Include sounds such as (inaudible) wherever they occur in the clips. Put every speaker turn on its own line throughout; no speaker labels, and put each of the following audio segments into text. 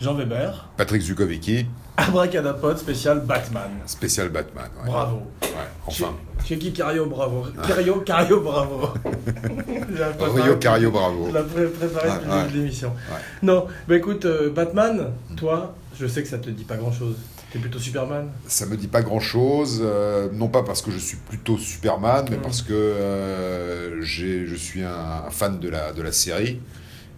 Jean Weber,
Patrick Zukovicki,
Abracadapod spécial Batman.
spécial Batman. ouais.
Bravo.
Ouais, enfin.
Chez qui Cario Bravo. Cario, Cario
(laughs)
Bravo. J'ai préparé-
Rio Cario Bravo.
Je l'ai pré- préparé depuis le début
Ouais, ouais.
de l'émission.
Ouais. Mm.
Non, bah écoute, euh, Batman, toi, je sais que ça te dit pas grand chose. T'es plutôt Superman.
Ça me dit pas grand chose, non pas parce que je suis plutôt Superman, mais
Mm.
parce que euh, j'ai- je suis un, un fan de la, de la série.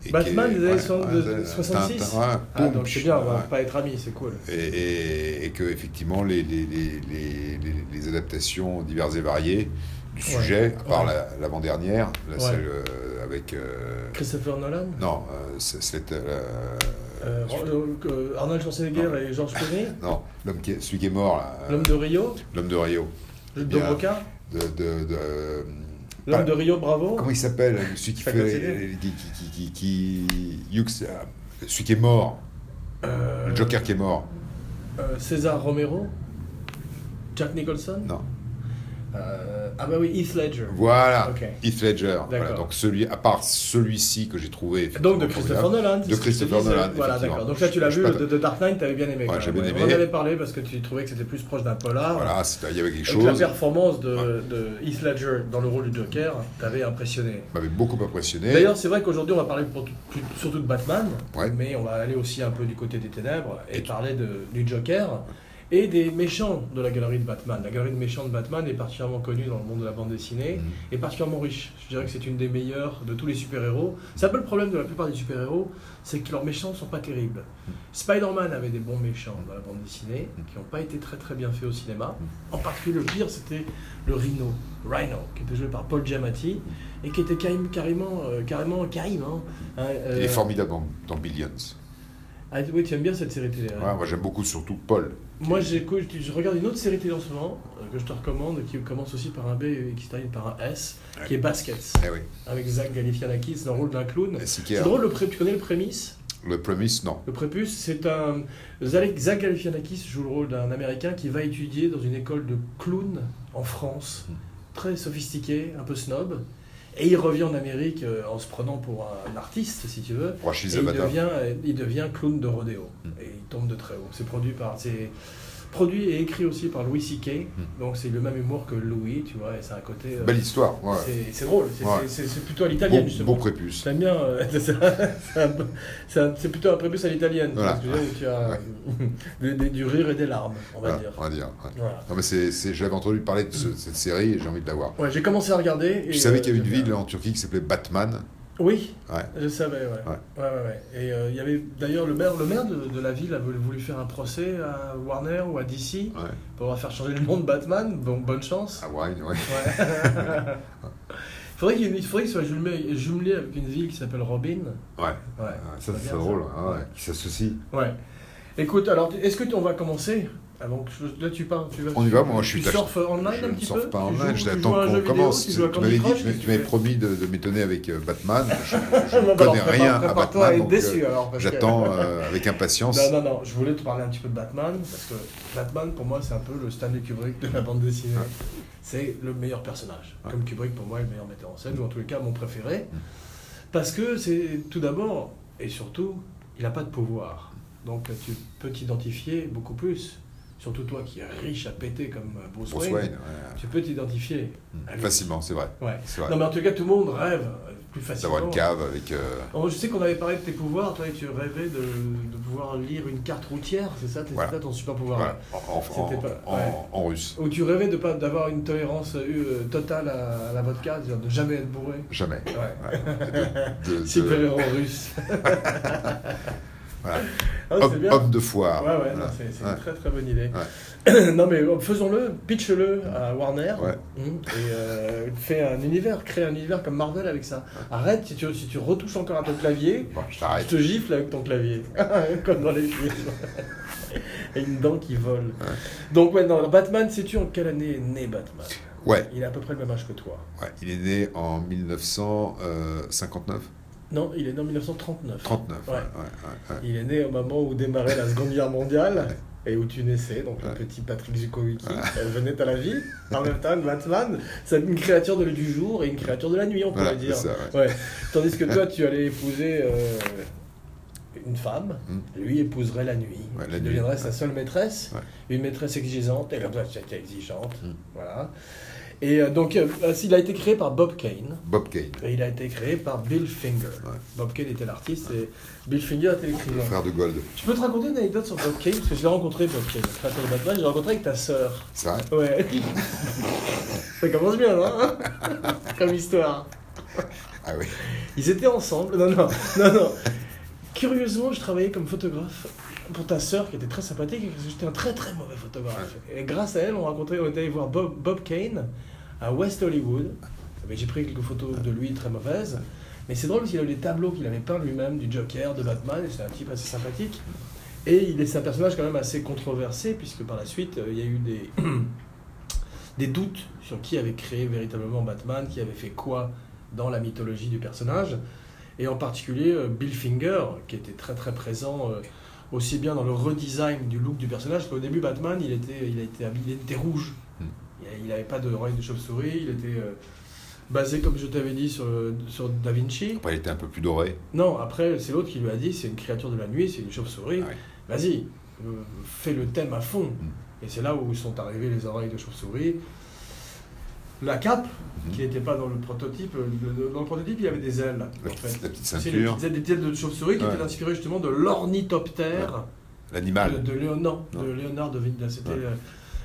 Et
Batman
qui est-
des années
ouais,
soixante-
ouais,
de-
ouais,
66.
Tintin, ouais,
Ah,
boum,
donc c'est
pch,
bien, on va
ouais.
pas être amis, c'est cool.
Et, et- et que effectivement les, les, les, les, les- les adaptations diverses et variées du
Ouais.
sujet, à
Ouais.
part la- l'avant-dernière, la,
Ouais.
celle euh, avec euh,
Christopher Nolan
non, euh, c'est- c'est, euh,
Euh, euh, Arnold Schwarzenegger et George Clooney
non, l'homme qui est- celui qui est mort, là, euh,
L'homme de Rio
l'homme de Rio,
L'homme de
bien.
Roca
de, de- de, euh, pas-
L'homme de Rio Bravo
Comment il s'appelle celui qui
Ça
fait
continue.
qui, qui, qui, qui, qui- Hughes, euh, celui qui est mort,
Euh,
le Joker qui est mort.
euh, César Romero Jack Nicholson
Non.
Euh, Ah bah oui, Heath Ledger.
Voilà.
Ok.
Heath Ledger. Voilà,
D'accord.
donc celui à part celui-ci que j'ai trouvé.
Donc de
effectivement
Christopher
formidable.
Nolan. c'est
De
ce que je te
Christopher
disais.
Nolan,
Voilà,
effectivement.
d'accord. Donc là, tu l'as
Je-
vu,
je
le
sais
de, de Dark Knight, t'avais bien aimé.
Ouais,
quand
j'ai
même.
bien
Ouais, On
aimé.
en avait parlé parce que tu trouvais que c'était plus proche d'un polar.
Voilà, c'était- il y avait quelque
Et que la
chose.
performance de,
Ouais.
de Heath Ledger dans le rôle du Joker t'avait impressionné.
m'avait beaucoup impressionné.
D'ailleurs, c'est vrai qu'aujourd'hui, on va parler pour- plus- surtout de Batman,
Ouais.
mais on va aller aussi un peu du côté des ténèbres et,
Et-
parler de- du Joker et des méchants de la galerie de Batman. La galerie de méchants de Batman est particulièrement connue dans le monde de la bande dessinée
Mhm.
et particulièrement riche. Je dirais que c'est une des meilleures de tous les super-héros. C'est un peu le problème de la plupart des super-héros, c'est que leurs méchants ne sont pas terribles.
Mm.
Spider-Man avait des bons méchants dans la bande dessinée qui n'ont pas été très très bien faits au cinéma.
Mm.
En particulier, le pire, c'était le Rhino, Rhino, qui était joué par Paul Giamatti et qui était carrément carrément euh, carrément Karim. Hein, Hein, euh,
Il est formidable dans, dans Billions.
ah, oui, tu aimes bien cette série télé. hein.
Ouais, moi j'aime beaucoup surtout Paul.
Moi, j'écoute, je regarde une autre série télé en ce moment euh, que je te recommande, qui commence aussi par un B et qui se termine par un S, qui est Baskets,
Eh oui.
avec Zach Galifianakis dans le rôle d'un clown.
Et Sicaire.
C'est drôle, le pré- tu connais le prémisse
Le premise, non.
Le prépuce, c'est un. Zalek- Zach Galifianakis joue le rôle d'un Américain qui va étudier dans une école de clown en
Hmm.
France, très sophistiqué, un peu snob. Et il revient en Amérique euh, en se prenant pour un artiste, si tu veux.
Rachid
Et il,
Zabata.
devient, euh, il devient clown de rodéo.
Hmm.
Et il tombe de très haut. C'est produit par. C'est produit et écrit aussi par Louis C.K.
Hmm.
Donc c'est le même humour que Louis, tu vois, et c'est un côté. euh,
Belle histoire. ouais.
c'est- C'est drôle. C'est
Ouais.
c'est- c'est plutôt à
Bon,
l'italienne, justement.
bon prépuce.
J'aime bien. euh, (laughs) c'est un- c'est un peu- c'est un- c'est plutôt un prépuce à l'italienne.
Voilà.
tu vois, où tu as (laughs) des- des- du rire et des larmes, on va
Voilà,
dire.
Ah, on va dire. ouais.
Voilà.
Non, mais c'est, c'est- j'avais entendu parler de ce- cette série et j'ai envie de la voir.
Ouais, j'ai commencé à regarder. et,
Tu savais
euh,
qu'il y avait une
j'aime
ville
bien.
hein. en Turquie qui s'appelait Batman
Oui,
Ouais.
je savais, ouais. Ouais.
Ouais.
ouais, ouais. Et euh, il y avait d'ailleurs le maire, le maire de, de la ville a voulu, voulu faire un procès à Warner ou à DC
Ouais.
pour leur faire changer le nom de Batman. Bon, bonne chance.
Ah, Wine, ouais.
Ouais. (laughs) faudrait qu'il y ait une- il faudrait qu'il soit jumelé, jumelé avec une ville qui s'appelle Robin.
Ouais.
Ouais.
Ah, Ça,
bien,
c'est
ça.
drôle. hein, ouais. Qui s'associe.
Ouais. Écoute, alors est-ce que tu- on va commencer avant que je- là tu parles, tu vas.
On y va, moi, je suis
Tu
tâche-
surfes online
Je
un
ne
petit
surfe
peu
pas en
Tu
main,
joues- tu
j'attends
joues à un
qu'on
jeu vidéo,
commence.
tu joues à
Tu m'avais
Candy Crush,
dit,
qu'est-ce
tu
que
m'avais
fais
promis de, de m'étonner avec euh,
(laughs)
Batman. Je, je
Bon,
ne
bah, alors,
connais
prépare-
rien à
prépare-toi à
Batman,
être
donc
déçu,
euh,
alors, parce que- Bah
j'attends euh, avec impatience.
Non, non, non, je voulais te parler un petit peu de Batman, parce que Batman, pour moi, c'est un peu le Stanley Kubrick de la bande dessinée. C'est le meilleur personnage.
Ouais. Mm.
Comme Kubrick, pour moi, est le meilleur metteur en scène, ou en tous les cas, mon préféré. Parce que c'est tout d'abord, et surtout, il n'a pas de pouvoir. Donc tu peux t'identifier beaucoup plus. Surtout toi qui es riche à péter comme euh, Bruce,
Bruce
Wayne.
Wayne, ouais.
Tu peux t'identifier. à lui.
facilement, c'est vrai.
Ouais.
C'est vrai.
Non, mais en tout cas, tout le monde rêve euh, plus facilement.
D'avoir une cave avec. euh,
Oh, je sais qu'on avait parlé de tes pouvoirs, toi tu rêvais de, de pouvoir lire une carte routière, c'est ça, T'es-
Voilà.
c'est ça ton super pouvoir.
voilà, en- en-
C'était pas-
en-
ouais.
En russe.
Ou tu rêvais de pas d'avoir une tolérance euh, euh, totale à, à la vodka, c'est-à-dire de jamais être bourré.
Jamais.
Ouais.
Ouais. De- de- de-
Super héros russe.
voilà.
Ah, c'est
Homme
bien.
homme de foire.
Ouais, ouais,
Voilà.
non, c'est c'est
ah, Ouais.
une très très bonne idée. (clears throat) non mais euh, faisons-le, pitch-le à Warner
Ouais.
Hum, et euh, fais un univers, crée un univers comme Marvel avec ça. Arrête, si tu, si tu retouches encore à ton clavier,
Bon, je
je
t'arrête.
te gifle Ah, avec ton clavier, (laughs) comme dans les films. (laughs) Et une dent qui vole. Donc, ouais, non, Batman, sais-tu en quelle année est né Batman
Ouais,
Il a à peu près le même âge que toi.
ouais, il est né en euh, 1959.
Non, il est né en 1939.
39.
Ouais.
ouais, ouais, ouais.
Il est né au moment où démarrait la Seconde Guerre mondiale et où tu naissais, donc le
Ouais.
petit Patrick Zukovicki euh, venait à la vie. En même temps, Batman, c'est une créature de- du jour et une créature de la nuit, on pourrait
Voilà,
dire.
c'est ça, ouais.
Ouais. Tandis que toi, tu allais épouser euh, une femme,
Mm.
lui épouserait la nuit,
Ouais,
qui
la nuit,
deviendrait
ouais.
sa seule maîtresse, une maîtresse exigeante, elle doit être exigeante,
Mm.
voilà. Et euh, donc, euh, il a été créé par Bob Kane,
Bob Kane,
et il a été créé par Bill Finger.
Ouais.
Bob Kane était l'artiste et Bill Finger était
le
l'écrivain.
frère de Gold.
Je peux te raconter une anecdote sur Bob Kane, parce que je l'ai rencontré, Bob Kane, Enfin, sur le Batman, je l'ai rencontré avec ta sœur.
C'est vrai
Ouais. (laughs) Ça commence bien,
(laughs)
hein Comme histoire.
Ah oui.
Ils étaient ensemble. Non, non, non, non. Curieusement, je travaillais comme photographe pour ta sœur qui était très sympathique parce que j'étais un très très mauvais photographe. Et grâce à elle, on rencontrait, on était allé voir Bob, Bob Kane à West Hollywood. Mais j'ai pris quelques photos de lui très mauvaises. Mais c'est drôle parce qu'il avait des tableaux qu'il avait peints lui-même du Joker, de Batman, et c'est un type assez sympathique. Et il est, c'est un personnage quand même assez controversé puisque par la suite, euh, il y a eu des, (clears throat) des doutes sur qui avait créé véritablement Batman, qui avait fait quoi dans la mythologie du personnage. Et en particulier euh, Bill Finger, qui était très très présent euh, aussi bien dans le redesign du look du personnage qu'au début Batman, il était, il a été habillé, il était rouge.
Hmm.
Il n'avait pas de oreille de chauve-souris, il était euh, basé, comme je t'avais dit, sur, le- sur Da Vinci.
Après, il était un peu plus doré.
Non, après, c'est l'autre qui lui a dit c'est une créature de la nuit, c'est une chauve-souris.
Ah ouais.
Vas-y, euh, fais le thème à fond.
Mm.
Et c'est là où sont arrivées les oreilles de chauve-souris. La cape,
Mhm.
qui n'était pas dans le prototype, euh, le- dans le prototype, il y avait des ailes.
La,
en
petite,
fait.
la petite
C'est les
ceinture,
petites ailes- des ailes de chauve-souris qui
Ouais.
étaient inspirées justement de l'ornithoptère de,
l'animal.
de Léonard, de
Ouais.
Léonard de Vinci. C'était
Ouais.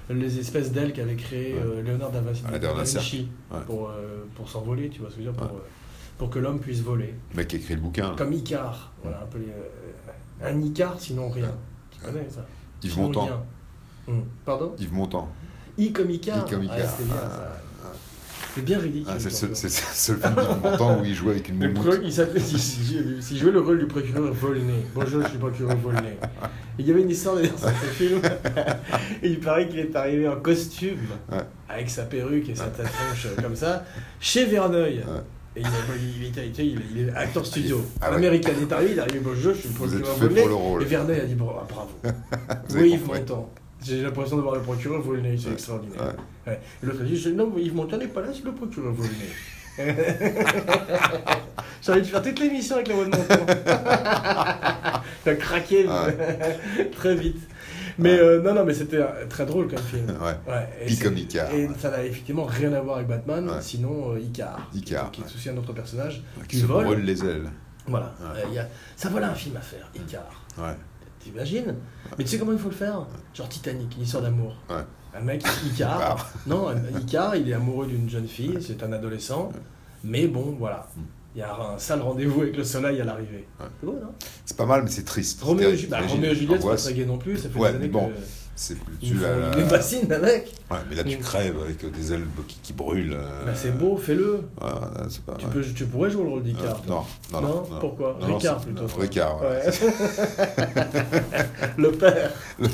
le- les espèces d'ailes qu'avait créé
Ouais.
euh, Léonard da Vinci
À l'intérieur d'un
da Vinci
Ouais.
pour, euh, pour s'envoler, tu vois ce que je veux dire, pour,
Ouais.
euh, pour que l'homme puisse voler.
Le mec qui a écrit le bouquin,
Comme Icare, voilà, un peu les, euh, un Icare sinon rien. Tu connais ça
Yves
Sinon
Montand.
rien. Hum. Pardon
Yves Montand.
I comme Icare.
I comme
Ah,
Icare.
c'était bien,
Ah,
ça. C'est bien ridicule.
Ah, c'est le
surtout.
seul c'est le seul film d'Yves Montand où il jouait avec une
Le
moumoute.
pro- il s'appelait, (laughs) si, si- si- si je jouais le rôle du procureur Volney. Bonjour, je suis procureur Volney. Il y avait une histoire d'ailleurs sur ce (laughs) film. Et il paraît qu'il est arrivé en costume,
Ouais.
avec sa perruque et sa tatouche euh, comme ça, chez Verneuil.
Ouais.
Et il, a- il était, il était- il est acteur studio.
Ah ouais.
Américain il est arrivé, il est arrivé, bonjour, je suis
Vous êtes
procureur
fait
Volney.
pour le rôle.
Et Verneuil a dit, bon, ah, bravo.
Oh (laughs) Vous avez
oui, Yves
compris.
Montand. J'ai l'impression de voir le procureur Volney, c'est
Ouais.
extraordinaire.
Ouais.
Ouais. Et L'autre a dit, je- non, Yves Montand n'est pas là, c'est le procureur Volney.
(laughs)
J'ai envie de faire toute l'émission avec la voix de
(laughs)
Montand. T'as craqué (laughs) très vite. Mais
Ouais.
euh, non, non, mais c'était euh, très drôle comme film.
Ouais.
Ouais,
I
c'est-
comme Icar,
Et
ouais.
ça n'a effectivement rien à voir avec Batman,
Ouais.
sinon euh, Icar. Qui,
Icar,
qui est
ouais.
aussi un autre personnage.
Qui
Il
se
vole.
brûle les ailes.
Voilà.
Ouais.
Euh, il y a- Ça, voilà un film à faire, Icar.
Ouais.
T'imagines Mais tu sais comment il faut le faire Genre Titanic, une histoire d'amour.
Ouais. Ah.
Un mec,
(laughs)
Icar.
part.
non, un- Icar, il est amoureux d'une jeune fille, c'est un adolescent. Mais bon, voilà. Il y a un sale rendez-vous avec le soleil à l'arrivée.
Mm. Ouais.
C'est beau, non
C'est pas mal, mais c'est triste.
Roméo et
C'est-
Ju- bah,
t'imagines,
Roméo et Juliette, c'est pas
l'angoisse.
très gay non plus, ça fait
Ouais,
des
mais
années
bon,
que...
C'est plus
Ils
tu
font
as la-
des bassines, mec
Ouais, mais là tu
Mm.
crèves avec euh, des ailes qui, qui brûlent. euh,
Bah, c'est beau, fais-le.
ouais, ouais, c'est pas
Tu,
ouais.
peux, tu pourrais jouer le rôle
Euh,
d'Icare. toi.
non, non, non,
Non, pourquoi
Non, non,
Ricard,
c'est-
plutôt.
non, Ricard, ouais.
Ouais. (laughs) le père. (laughs)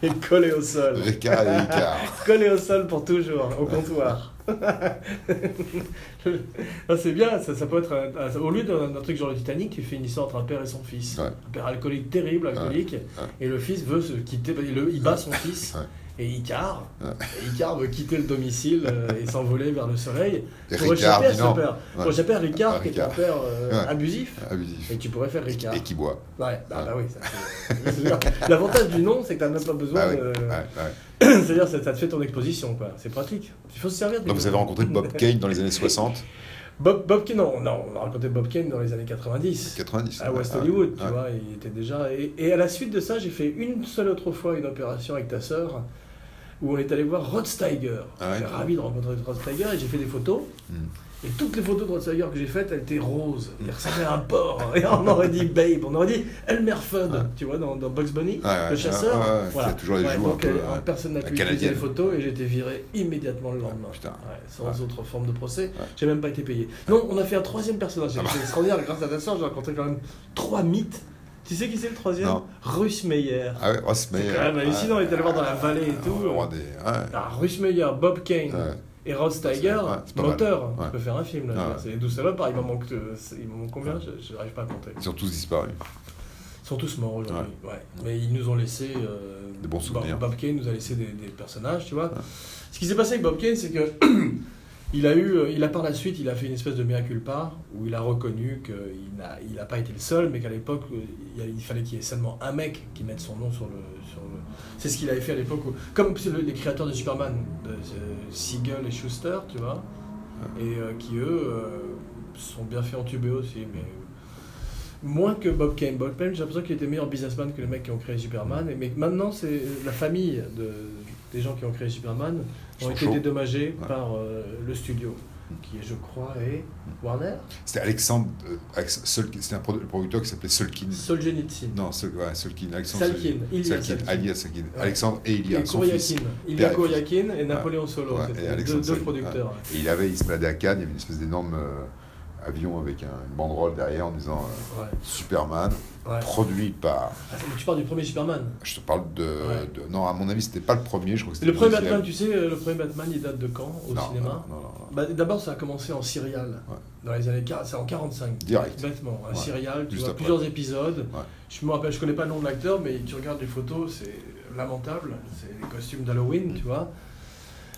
est collé au sol.
Ricard et Ricard.
(laughs) Collé au sol pour toujours, au comptoir. (laughs) Non, c'est bien, ça, ça peut être. un- un- au lieu d'un d'un truc genre le Titanic, tu fais une histoire entre un père et son fils.
Ouais.
Un père alcoolique terrible, alcoolique, et le fils veut se quitter, il, le- il bat son fils.
Ouais.
Et Icar,
Ouais.
et Icar veut quitter le domicile euh, et s'envoler vers le soleil
Et
pour
Ricard
échapper à
dit
son
non.
père.
Ouais.
Pour échapper à Ricard,
Ah,
qui est un
Ricard.
père euh,
Ouais.
abusif.
Abusif.
Et tu pourrais faire Ricard.
Et qui boit.
Ouais, bah,
Ouais.
bah oui. ça, c'est- L'avantage du nom, c'est que t'as même pas besoin
Bah ouais,
de.
ouais, ouais.
C'est-à-dire, ça, ça te fait ton exposition, quoi. C'est pratique. Il faut se servir. des
Donc
noms.
Bah, vous avez rencontré
(laughs)
Bob Kane dans les années 60,
Bob, Bob Kane, non, non, on a raconté Bob Kane dans les années 90.
90.
À
ouais, ah
West
ouais,
Hollywood, tu
ouais.
vois, il était déjà. Et, et à la suite de ça, j'ai fait une seule autre fois une opération avec ta sœur, où on est allé voir Rod Steiger.
Ah ouais.
J'étais ravi de rencontrer Rod Steiger et j'ai fait des photos.
Hmm.
Et toutes les photos de Rod Steiger que j'ai faites, elles étaient roses.
Mm.
Il ressemblait à un porc. (laughs) Et on aurait dit Babe, on aurait dit Elmer Fudd, tu vois, dans, dans Bugs Bunny,
Ouais, ouais,
le chasseur.
ouais, ouais, qui
voilà.
a toujours les joues un
donc,
peu,
euh,
ouais.
personne n'a
La
pu utiliser
canadienne. Ah,
les photos et j'ai été viré immédiatement le lendemain.
putain.
Ouais, sans
Ouais.
autre forme de procès. J'ai même pas été payé. Non, on a fait un troisième personnage. C'est
Ah bah.
c'est extraordinaire. Grâce à ta soeur, j'ai rencontré quand même trois mythes. Tu sais qui c'est le troisième
Non.
Russ Meyer.
Ah ouais, Ross
C'est
Meyer.
quand même hallucinant.
ouais.
on est allé voir dans la vallée et
Ah,
tout.
le roi des- ouais. Euh,
Ah, Russ Meyer, Bob Kane
Ouais.
et Rod Steiger,
Ouais, c'est pas mal.
moteur.
Ouais.
Tu peux faire un film. là.
Ah ouais.
C'est les douze salopes. Il m'en manque, euh, c'est- il m'en manque combien Je- Je n'arrive pas à compter.
Ils ont tous disparu.
Ils sont tous morts aujourd'hui. Ouais. Mais ils nous ont laissé. euh,
Des bons souvenirs.
Bob, Bob Kane nous a laissé des, des personnages, tu vois. Ce qui s'est passé avec Bob Kane, c'est que (clears throat) Il a eu, euh, il a par la suite, il a fait une espèce de mea culpa où il a reconnu qu'il n'a il a pas été le seul, mais qu'à l'époque, euh, il y a- il fallait qu'il y ait seulement un mec qui mette son nom sur le. Sur le... C'est ce qu'il avait fait à l'époque, où- comme c'est le- les créateurs de Superman, de, euh, Siegel et Schuster, tu vois, et euh, qui eux euh, sont bien faits en tubé aussi, mais moins que Bob Kane. Bob Kane, j'ai l'impression qu'il était meilleur businessman que les mecs qui ont créé Superman, et, mais maintenant, c'est la famille de, des gens qui ont créé Superman
Ils
ont
sont
été
chauds.
dédommagés
Ouais.
par euh, le studio, qui est, je crois, est
Mm.
Warner
C'était Alexandre. euh, Alex- Solkin- C'était un produ- le producteur qui s'appelait Solkin.
Solzhenitsyn.
Non, Sol, ouais, Solkin. Alexandre
Salkin, Ilya Salkin.
Alias Salkin.
Ouais.
Alexandre et Ilya,
Et
son fils.
Kouriakin. Il y a
Père et
Kouriakin et Napoléon Solo,
Ouais,
c'était
et
les deux,
Alexandre
deux
Solzhenitsyn.
producteurs.
Et il avait, il se baladait à Cannes, il y avait une espèce d'énorme euh, avion avec un- une banderole derrière en disant euh,
Ouais.
Superman,
Ouais.
produit par.
Ah, mais tu parles du premier Superman.
Je te parle de,
Ouais.
de- Non, à mon avis, c'était pas le premier, je crois que c'était
Le premier
deuxième.
Batman, tu sais, euh, le premier Batman, il date de quand au
Non,
cinéma
Non, non, non, non.
Bah, D'abord, ça a commencé en serial,
Ouais.
dans les années 40, c'est en 45.
Direct.
Bêtement, un
Ouais.
serial, tu
Juste
vois,
après.
plusieurs épisodes.
Ouais.
Je me rappelle, je connais pas le nom de l'acteur, mais tu regardes les photos, c'est lamentable. C'est les costumes d'Halloween, tu vois.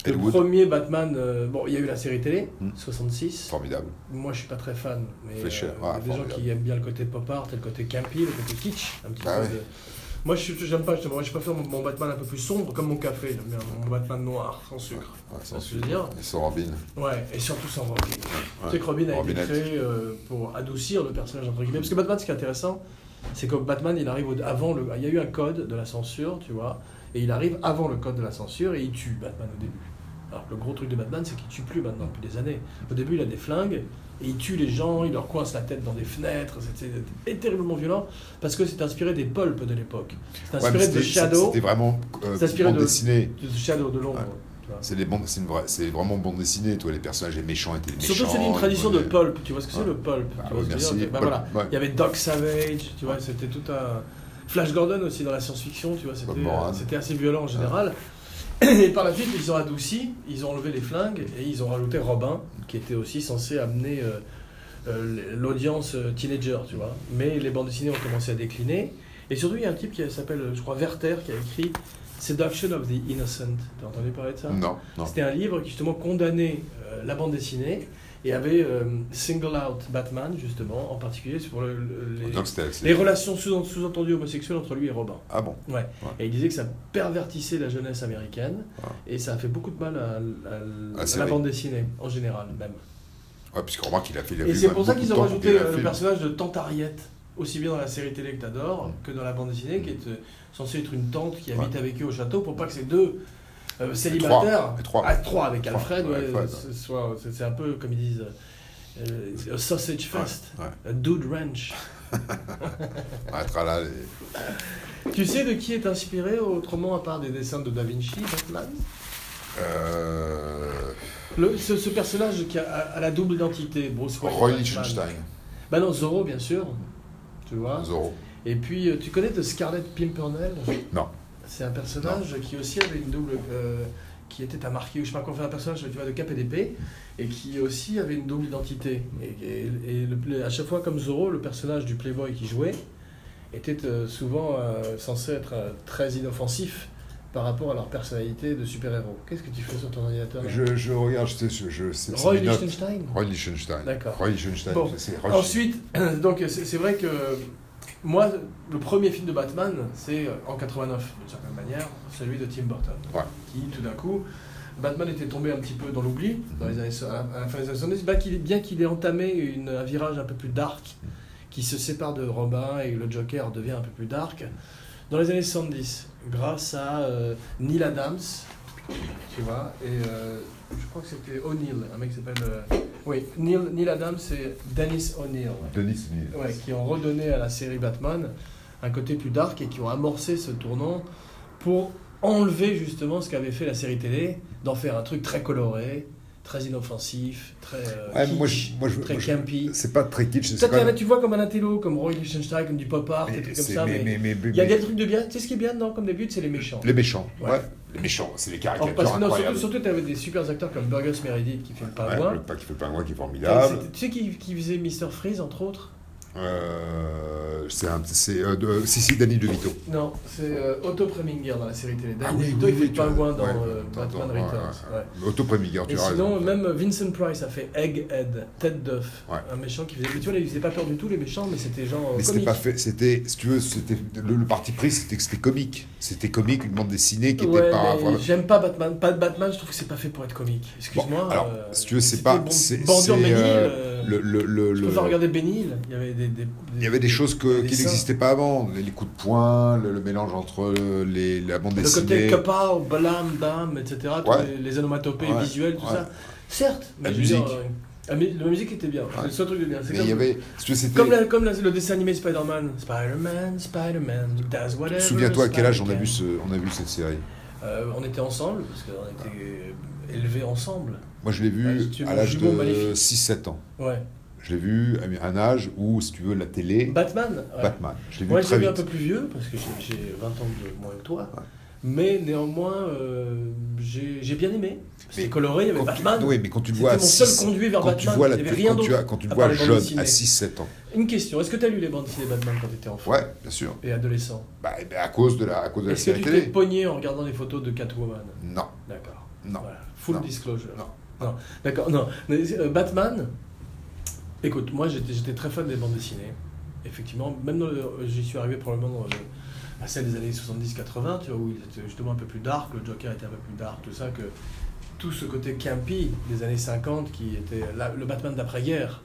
Le
Ed Wood,
premier Batman, euh, bon, il y a eu la série télé,
Hmm.
66.
formidable.
Moi, je suis pas très fan, mais
Fleischer,
euh,
ah,
il y a des gens
formidable.
qui aiment bien le côté pop art, et le côté campy, le côté kitsch, un petit
Ah
peu.
ouais.
de- Moi, je suis- j'aime pas justement. Moi, je préfère mon, mon Batman un peu plus sombre, comme mon café. J'aime bien mon Batman noir, sans sucre.
Ouais,
Ça,
Ah, sans
je veux dire.
Et sans Robin.
Ouais, et surtout sans Robin. Tu sais que Robin a
Robinette.
été créé euh, pour adoucir le personnage entre guillemets. Parce que Batman, ce qui est intéressant, c'est que Batman, il arrive au- avant le. Il y a eu un code de la censure, tu vois, et il arrive avant le code de la censure et il tue Batman au début. Alors que le gros truc de Batman, c'est qu'il tue plus maintenant depuis des années. Au début, il a des flingues et il tue les gens, il leur coince la tête dans des fenêtres. C'est c'est terriblement violent parce que c'est inspiré des pulps de l'époque. C'est
Ouais, mais
inspiré de
c'était-
Shadow,
C'était vraiment euh,
C'est inspiré
bande
de-
dessinée.
de Shadow de l'ombre.
Ouais.
tu vois.
C'est des bandes- c'est une vraie- c'est vraiment bande dessinée, toi, les personnages, les méchants étaient les méchants.
Surtout, c'est une
les
tradition de
mauvais-
pulp. Tu vois ce que c'est
Ouais.
le pulp
Ah,
tu vois ce
ouais,
que je veux
merci.
dire Bah,
Pulp,
voilà.
ouais.
Il y avait Doc Savage, tu vois, c'était tout un. Flash Gordon aussi dans la science-fiction, tu vois, c'était,
Bob Moran. Ah.
euh, c'était assez violent en général. Et par la suite, ils ont adouci, ils ont enlevé les flingues et ils ont rajouté Robin, qui était aussi censé amener euh, euh, l'audience euh, teenager, tu vois. Mais les bandes dessinées ont commencé à décliner. Et surtout, il y a un type qui s'appelle, je crois, Werther, qui a écrit Seduction of the Innocent. T'as entendu parler de ça
Non, non.
c'était un livre qui justement condamnait euh, la bande dessinée et avait euh, single out Batman justement, en particulier sur le- le- les,
Donc, c'était- c'est-
les relations sous- sous-entendues homosexuelles entre lui et Robin.
Ah bon
Et il disait que ça pervertissait la jeunesse américaine
Ah.
et ça a fait beaucoup de mal à, à-
la
à la
série.
bande dessinée en général même.
Ouais, puisque remarque, il a fait. il a
Et
fait
c'est
beaucoup
pour ça
de
qu'ils ont
temps
rajouté
qu'il a
euh, le
fait.
personnage de Tantariette, aussi bien dans la série télé que t'adores
Mm.
que dans la bande dessinée, qui est euh, censée être une tante qui
Ouais.
habite avec eux au château, pour pas que ces deux euh,
trois,
célibataires,
les trois.
à trois avec
Trois,
Alfred,
ouais,
ouais,
Alfred,
ce soit- c'est c'est un peu comme ils disent, euh, euh, sausage fest,
Ouais,
a dude
(laughs)
ranch.
ouais. Ah, tralala, les-
Tu sais de qui est inspiré autrement à part des dessins de Da Vinci, Batman
Euh,
Le- ce, ce personnage qui a, a- a la double identité, Bruce Wayne.
Roy
Batman.
Lichtenstein,
Bah non, Zorro bien sûr, tu vois.
Zorro.
Et puis, euh, tu connais de Scarlett Pimpernel
Non.
C'est un personnage qui aussi avait une double. euh, qui était un marquis, ou je sais pas quoi, enfin, un personnage tu vois, de cap et d'épée, et qui aussi avait une double identité. Et, et- et le- à chaque fois, comme Zorro, le personnage du Playboy qui jouait était euh, souvent euh, censé être euh, très inoffensif par rapport à leur personnalité de super-héros. Qu'est-ce que tu fais sur ton ordinateur là
Je, je regarde, je, je, je, c'est- c'est
Roy
mes notes.
Lichtenstein
Roy Lichtenstein.
D'accord.
Roy Lichtenstein,
Bon.
c'est- c'est Roy-
Ensuite, (clears throat) donc c'est c'est vrai que moi, le premier film de Batman, c'est euh, en 89, d'une certaine manière, celui de Tim Burton.
Ouais.
Qui, tout d'un coup, Batman était tombé un petit peu dans l'oubli, dans les années so- à la- à la fin des années 70, bien qu'il- bien qu'il ait entamé une, un virage un peu plus dark, qui se sépare de Robin et le Joker devient un peu plus dark, dans les années 70, grâce à euh, Neil Adams, tu vois, et euh, je crois que c'était O'Neill, un mec qui s'appelle... euh, oui, Neil, Neil Adams et Dennis O'Neill.
Denis O'Neill.
Ouais, qui ont redonné à la série Batman un côté plus dark et qui ont amorcé ce tournant pour enlever justement ce qu'avait fait la série télé, d'en faire un truc très coloré, très inoffensif, très euh,
Ouais,
kitsch,
moi, je- moi, je-
très
moi, je-
campy.
C'est pas très kitsch,
Toi,
c'est quand
t'es-
même-
tu vois comme un intello, comme Roy Lichtenstein, comme du pop art,
mais
des trucs comme
c'est-
ça.
mais-
Mais
mais- mais-
il y a
mais-
des trucs de bien. Tu sais ce qui est bien dedans, comme d'habitude, c'est les méchants.
Les méchants,
Ouais.
ouais. Les méchants, c'est les
Alors,
caricatures
parce que non, surtout,
incroyables.
surtout t'avais des super acteurs comme Burgess Meredith qui fait le
Ouais,
pingouin.
le pack qui fait le pingouin qui est
T'as-
formidable.
c'était- Tu sais qui, qui faisait Mr. Freeze entre autres
Euh, c'est un. C'est. euh, de- si, si, Danny DeVito.
Non, c'est euh, Otto Preminger dans la série télé.
Ah
Dan
oui,
DeVito,
oui,
il
oui,
fait
tu-
le pingouin dans
ouais,
euh,
attends,
Batman
attends, ouais,
Returns.
ouais,
ouais.
ouais. Otto Preminger, tu
Et
as
sinon,
raison.
même Vincent Price a fait Egghead, tête d'œuf,
Ouais.
un méchant qui faisait. Mais tu vois, là, il faisait pas peur du tout, les méchants, mais c'était genre. euh,
Mais c'était
comique.
pas fait, c'était, si tu veux, c'était le, le parti pris, c'était que c'était comique. C'était comique, une bande dessinée qui
Ouais,
était pas.
mais
vraiment-
j'aime pas Batman. Pas de Batman, je trouve que c'est pas fait pour être comique. Excuse-moi.
Bon, alors,
euh,
si tu veux, c'est
c'était
pas-
Bon,
c'est-
Bandure
c'est,
Benny Hill,
euh,
euh,
le, le, le,
Je
le-
préfère regarder Benny Hill. Il y avait des, des-
il y avait des choses que,
des
qui
dessins.
n'existaient pas avant. Les, les coups de poing, le, le mélange entre euh, les, la bande
Le
dessinée.
côté Kappa, Blam, Bam, etc. tous
Ouais.
Les, les onomatopées
Ouais,
visuelles, tout
ouais.
ça. Certes, mais
La
je veux dire,
musique.
euh, la, mu- la musique était bien. C'est le seul truc de bien. C'est
Mais
comme-
il y avait. Si tu veux, c'était.
Comme, la- comme la- le dessin animé Spider-Man. Spider-Man, Spider-Man, he does whatever.
Souviens-toi à quel âge on a
Spider-Man
vu, ce, on a vu cette série.
can. Euh, on était ensemble, parce qu'on était euh, élevés ensemble.
Moi, je l'ai
Ah,
vu
si tu veux,
à l'âge
jumeau
de
maléfique.
6-7 ans.
Ouais.
Je l'ai vu à un âge où, si tu veux, la télé,
Batman Bah, ouais.
Batman. Je l'ai vu
Moi,
très
j'ai vu un
vite.
peu plus vieux, parce que j'ai- j'ai 20 ans de moins que toi.
Ouais.
Mais néanmoins, euh, j'ai j'ai bien aimé.
Mais
C'était coloré, il y avait
Quand tu-
Batman.
oui, mais quand tu le
C'était
vois à
mon seul
6
conduit vers
quand tu
Batman.
vois la
il n'y
télé-
avait rien
quand tu as-
d'autres.
quand tu
à part
le vois
les bandes
jeune
dessinées.
à 6-7 ans.
Une question, est-ce que tu as lu les bandes dessinées Batman quand tu étais enfant
Ouais, bien sûr.
et adolescent
Bah, eh ben, à cause de la, à cause de la
Est-ce que
série
tu t'es
télé.
pogné en regardant les photos de Catwoman
Non,
D'accord.
non.
Voilà, full
Non.
disclosure.
Non.
Non. D'accord, non. Mais, euh, Batman, écoute, moi j'étais j'étais très fan des bandes dessinées. Effectivement, même dans le- euh, j'y suis arrivé probablement dans le- à celle des années 70-80, tu vois, où il était justement un peu plus dark, le Joker était un peu plus dark, tout ça, que tout ce côté campy des années 50 qui était la- le Batman d'après-guerre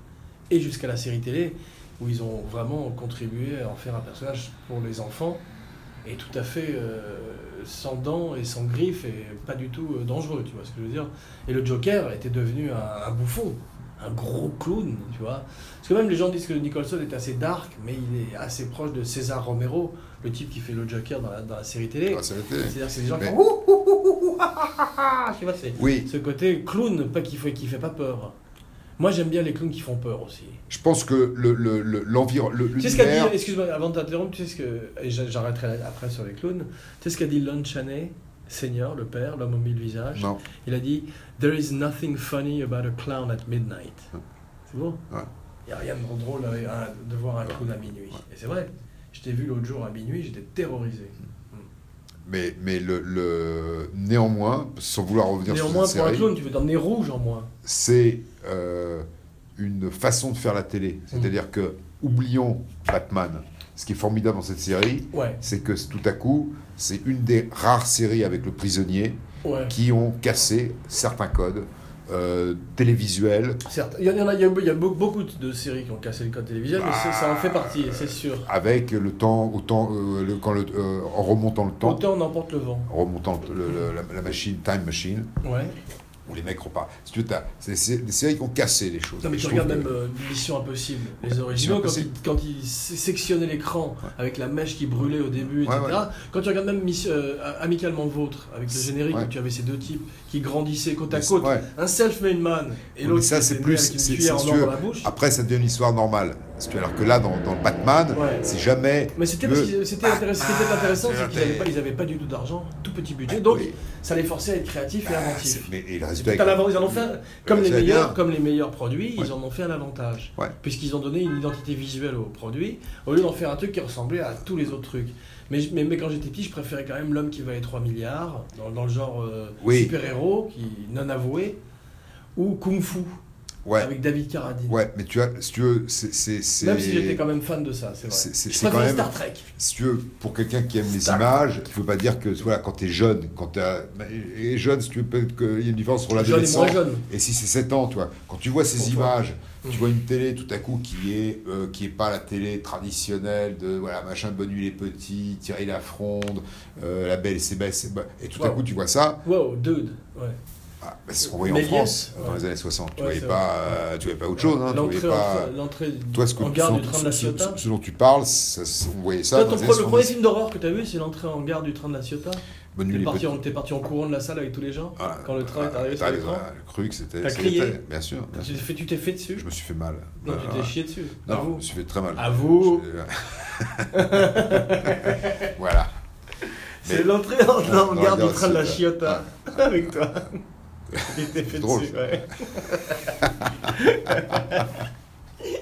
et jusqu'à la série télé, où ils ont vraiment contribué à en faire un personnage pour les enfants et tout à fait euh, sans dents et sans griffes et pas du tout euh, dangereux, tu vois ce que je veux dire. Et le Joker était devenu un, un bouffon, un gros clown, tu vois. Parce que même les gens disent que Nicholson est assez dark, mais il est assez proche de César Romero, le type qui fait le Joker dans la, dans la série télé.
La série télé.
C'est-à-dire que c'est des gens qui
Ah, Mais-
font ouh, ouh, ouh, ouh, ouh, ah, ah, ah, ah, tu vois, c'est
Oui,
ce côté clown pas qui fait, qui fait pas peur. Moi j'aime bien les clowns qui font peur aussi.
je pense que le, le, le- l'environ- le-
Tu sais ce qu'a
l'univers-
dit, excuse-moi, avant de t'interrompre, tu sais ce que, et j'a- j'arrêterai là- après sur les clowns, tu sais ce qu'a dit Lon Chaney, senior, le père, l'homme aux mille visages
Non,
Il a dit « There is nothing funny about a clown at midnight ». C'est bon
Ouais.
Il n'y a rien de drôle avec un- de voir un clown à minuit. Et c'est vrai, je t'ai vu l'autre jour à minuit, j'étais terrorisé.
mais, mais le, le- néanmoins, sans vouloir revenir
Néanmoins,
sur cette
pour un
série,
clown, tu veux t'emmener rouge en moi.
c'est euh, une façon de faire la
Mm.
télé. C'est-à-dire que, oublions Batman. Ce qui est formidable dans cette série,
Ouais,
c'est que tout à coup, c'est une des rares séries avec le prisonnier
ouais.
qui ont cassé certains codes euh, télévisuels
Certes, il y, en a, il y a- il y a be- beaucoup de séries qui ont cassé le code télévisuel,
Bah.
mais c'est- ça en fait partie, c'est sûr.
avec le temps, autant euh, le, quand le, euh, en remontant le temps,
Autant on emporte le vent.
en remontant le- le- la, la machine, Time Machine,
Ouais.
où les mecs repartent. Si tu veux, t'as- c'est c'est des séries qui ont cassé les choses.
Non, mais
Et
tu
je
regardes
trouve
même
que-
euh, Mission Impossible, les originaux, quand ils,
Impossible.
quand ils sé- sectionnaient l'écran avec la mèche qui brûlait au début,
Ouais,
etc.
ouais.
Quand tu regardes même Miss- euh, Amicalement Vôtre, avec le générique,
Ouais.
où tu avais ces deux types qui grandissaient côte à
Mais-
côte,
ouais.
un self-made man et
Mais
l'autre
ça,
qui
c'est
était né
plus-
avec une
c'est-
cuillère
c'est
en or
sûr.
dans la bouche.
Après, ça devient une histoire normale. Si tu veux, alors que là, dans, dans Batman,
Ouais.
Ah, c'est Ah, jamais.
Mais c'était
tu
parce
veux-
qu'ils- c'était intéressant, ce qui était intéressant, c'est qu'ils
t'es-
n'avaient pas, ils avaient pas du tout d'argent, tout petit budget, donc
ah, Oui.
ça les forçait à être créatifs et
Ah,
inventifs.
c'est- mais et le
C'est
résultat.
peut-être à
est-
l'avant- ils en ont fait un- comme les
c'est
meilleurs,
bien.
comme les meilleurs produits,
Ouais.
ils en ont fait un avantage,
Ouais.
puisqu'ils ont donné une identité visuelle au produit au lieu d'en faire un truc qui ressemblait à tous les autres trucs. Mais, je- mais, mais quand j'étais petit, je préférais quand même l'homme qui valait 3 milliards dans, dans le genre euh,
Oui.
super-héros qui non avoué ou Kung Fu
Ouais,
avec David Carradine.
ouais, mais tu as, si tu veux, c'est- c'est. c'est-
Même si j'étais quand même fan de ça, c'est vrai.
C'est- c'est-
je
c'est quand
préférais
même-
Star Trek.
Si tu veux, pour quelqu'un qui aime les
Star.
images, il ne faut pas dire que voilà, quand tu es jeune, quand tu es jeune, si tu veux, peut-être qu'il y a une différence entre
Jeune et
l'adolescent
moins jeune.
et si c'est 7 ans, toi. Quand tu vois ces
Pour toi.
images, tu
Mm.
vois une télé tout à coup qui est euh, qui est pas la télé traditionnelle de voilà machin bonne nuit les petits, Thierry la fronde, euh, la belle c'est belle c'est belle. et tout à
Wow.
coup tu vois ça,
Wow, dude. Ouais.
ah, bah, c'est ce qu'on voyait en
Méliès,
France euh, dans
ouais.
les années 60. Tu
Ouais,
voyais
c'est
pas, euh, tu voyais pas autre chose, hein, tu voyais
L'entrée
pas.
en- l'entrée
Toi, ce que
en
ce
gare
dont-
du train de la
ce- ce-
Ciotat.
ce dont tu parles, ça, on voyait ça.
Toi,
dans
ton
les
pre-
années
le premier
70.
film d'horreur que t'as vu, c'est l'entrée en gare du train de la Ciotat.
Bonne nuit
T'es
les
parti,
petits.
en- t'es parti en courant de la salle avec tous les gens
Voilà.
quand le train
Ah,
est arrivé sur
t'as
l'écran.
raison, ah, J'ai cru que c'était.
T'as
c'était-
crié
Bien sûr. bien
Tu t'es
Ah, bah, sûr.
fait, tu t'es fait dessus
Je me suis fait mal.
Non,
Euh,
tu t'es chié dessus.
Non, je
Avoue.
me suis fait très mal.
À vous.
Je- (laughs) voilà.
C'est l'entrée en,
Ouais,
en gare
Ah, regarde,
du train de la
c'est- Ah.
Chiota (laughs) avec
(laughs)
toi. Tu t'es fait
drôle,
dessus,
ça.
ouais.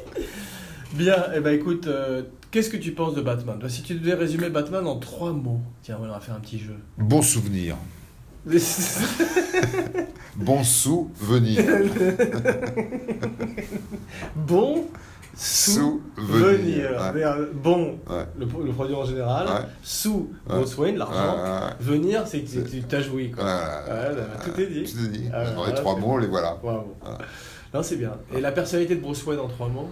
(laughs) Bien, et eh ben écoute, euh, qu'est-ce que tu penses de Batman Toi, Si tu devais résumer Batman en trois mots, tiens, voilà, on va faire un petit jeu. (laughs)
Bon souvenir. Bon souvenir.
(laughs) bon
Souvenir.
venir.
Ouais.
C'est-à-dire, Bon,
Ouais.
le, pro- le produit en général.
Ouais.
Sous
Ouais.
Bruce Wayne, l'argent.
Ouais, ouais,
Venir, c'est que
C'est-
tu t'as joué. Quoi.
ouais.
bah,
Ouais,
tout est dit.
Tout est dit.
Ah,
Dans
voilà,
les trois
c'est
mots, les voilà.
Waouh.
Ouais.
Non, c'est bien. Et la personnalité de Bruce Wayne en trois mots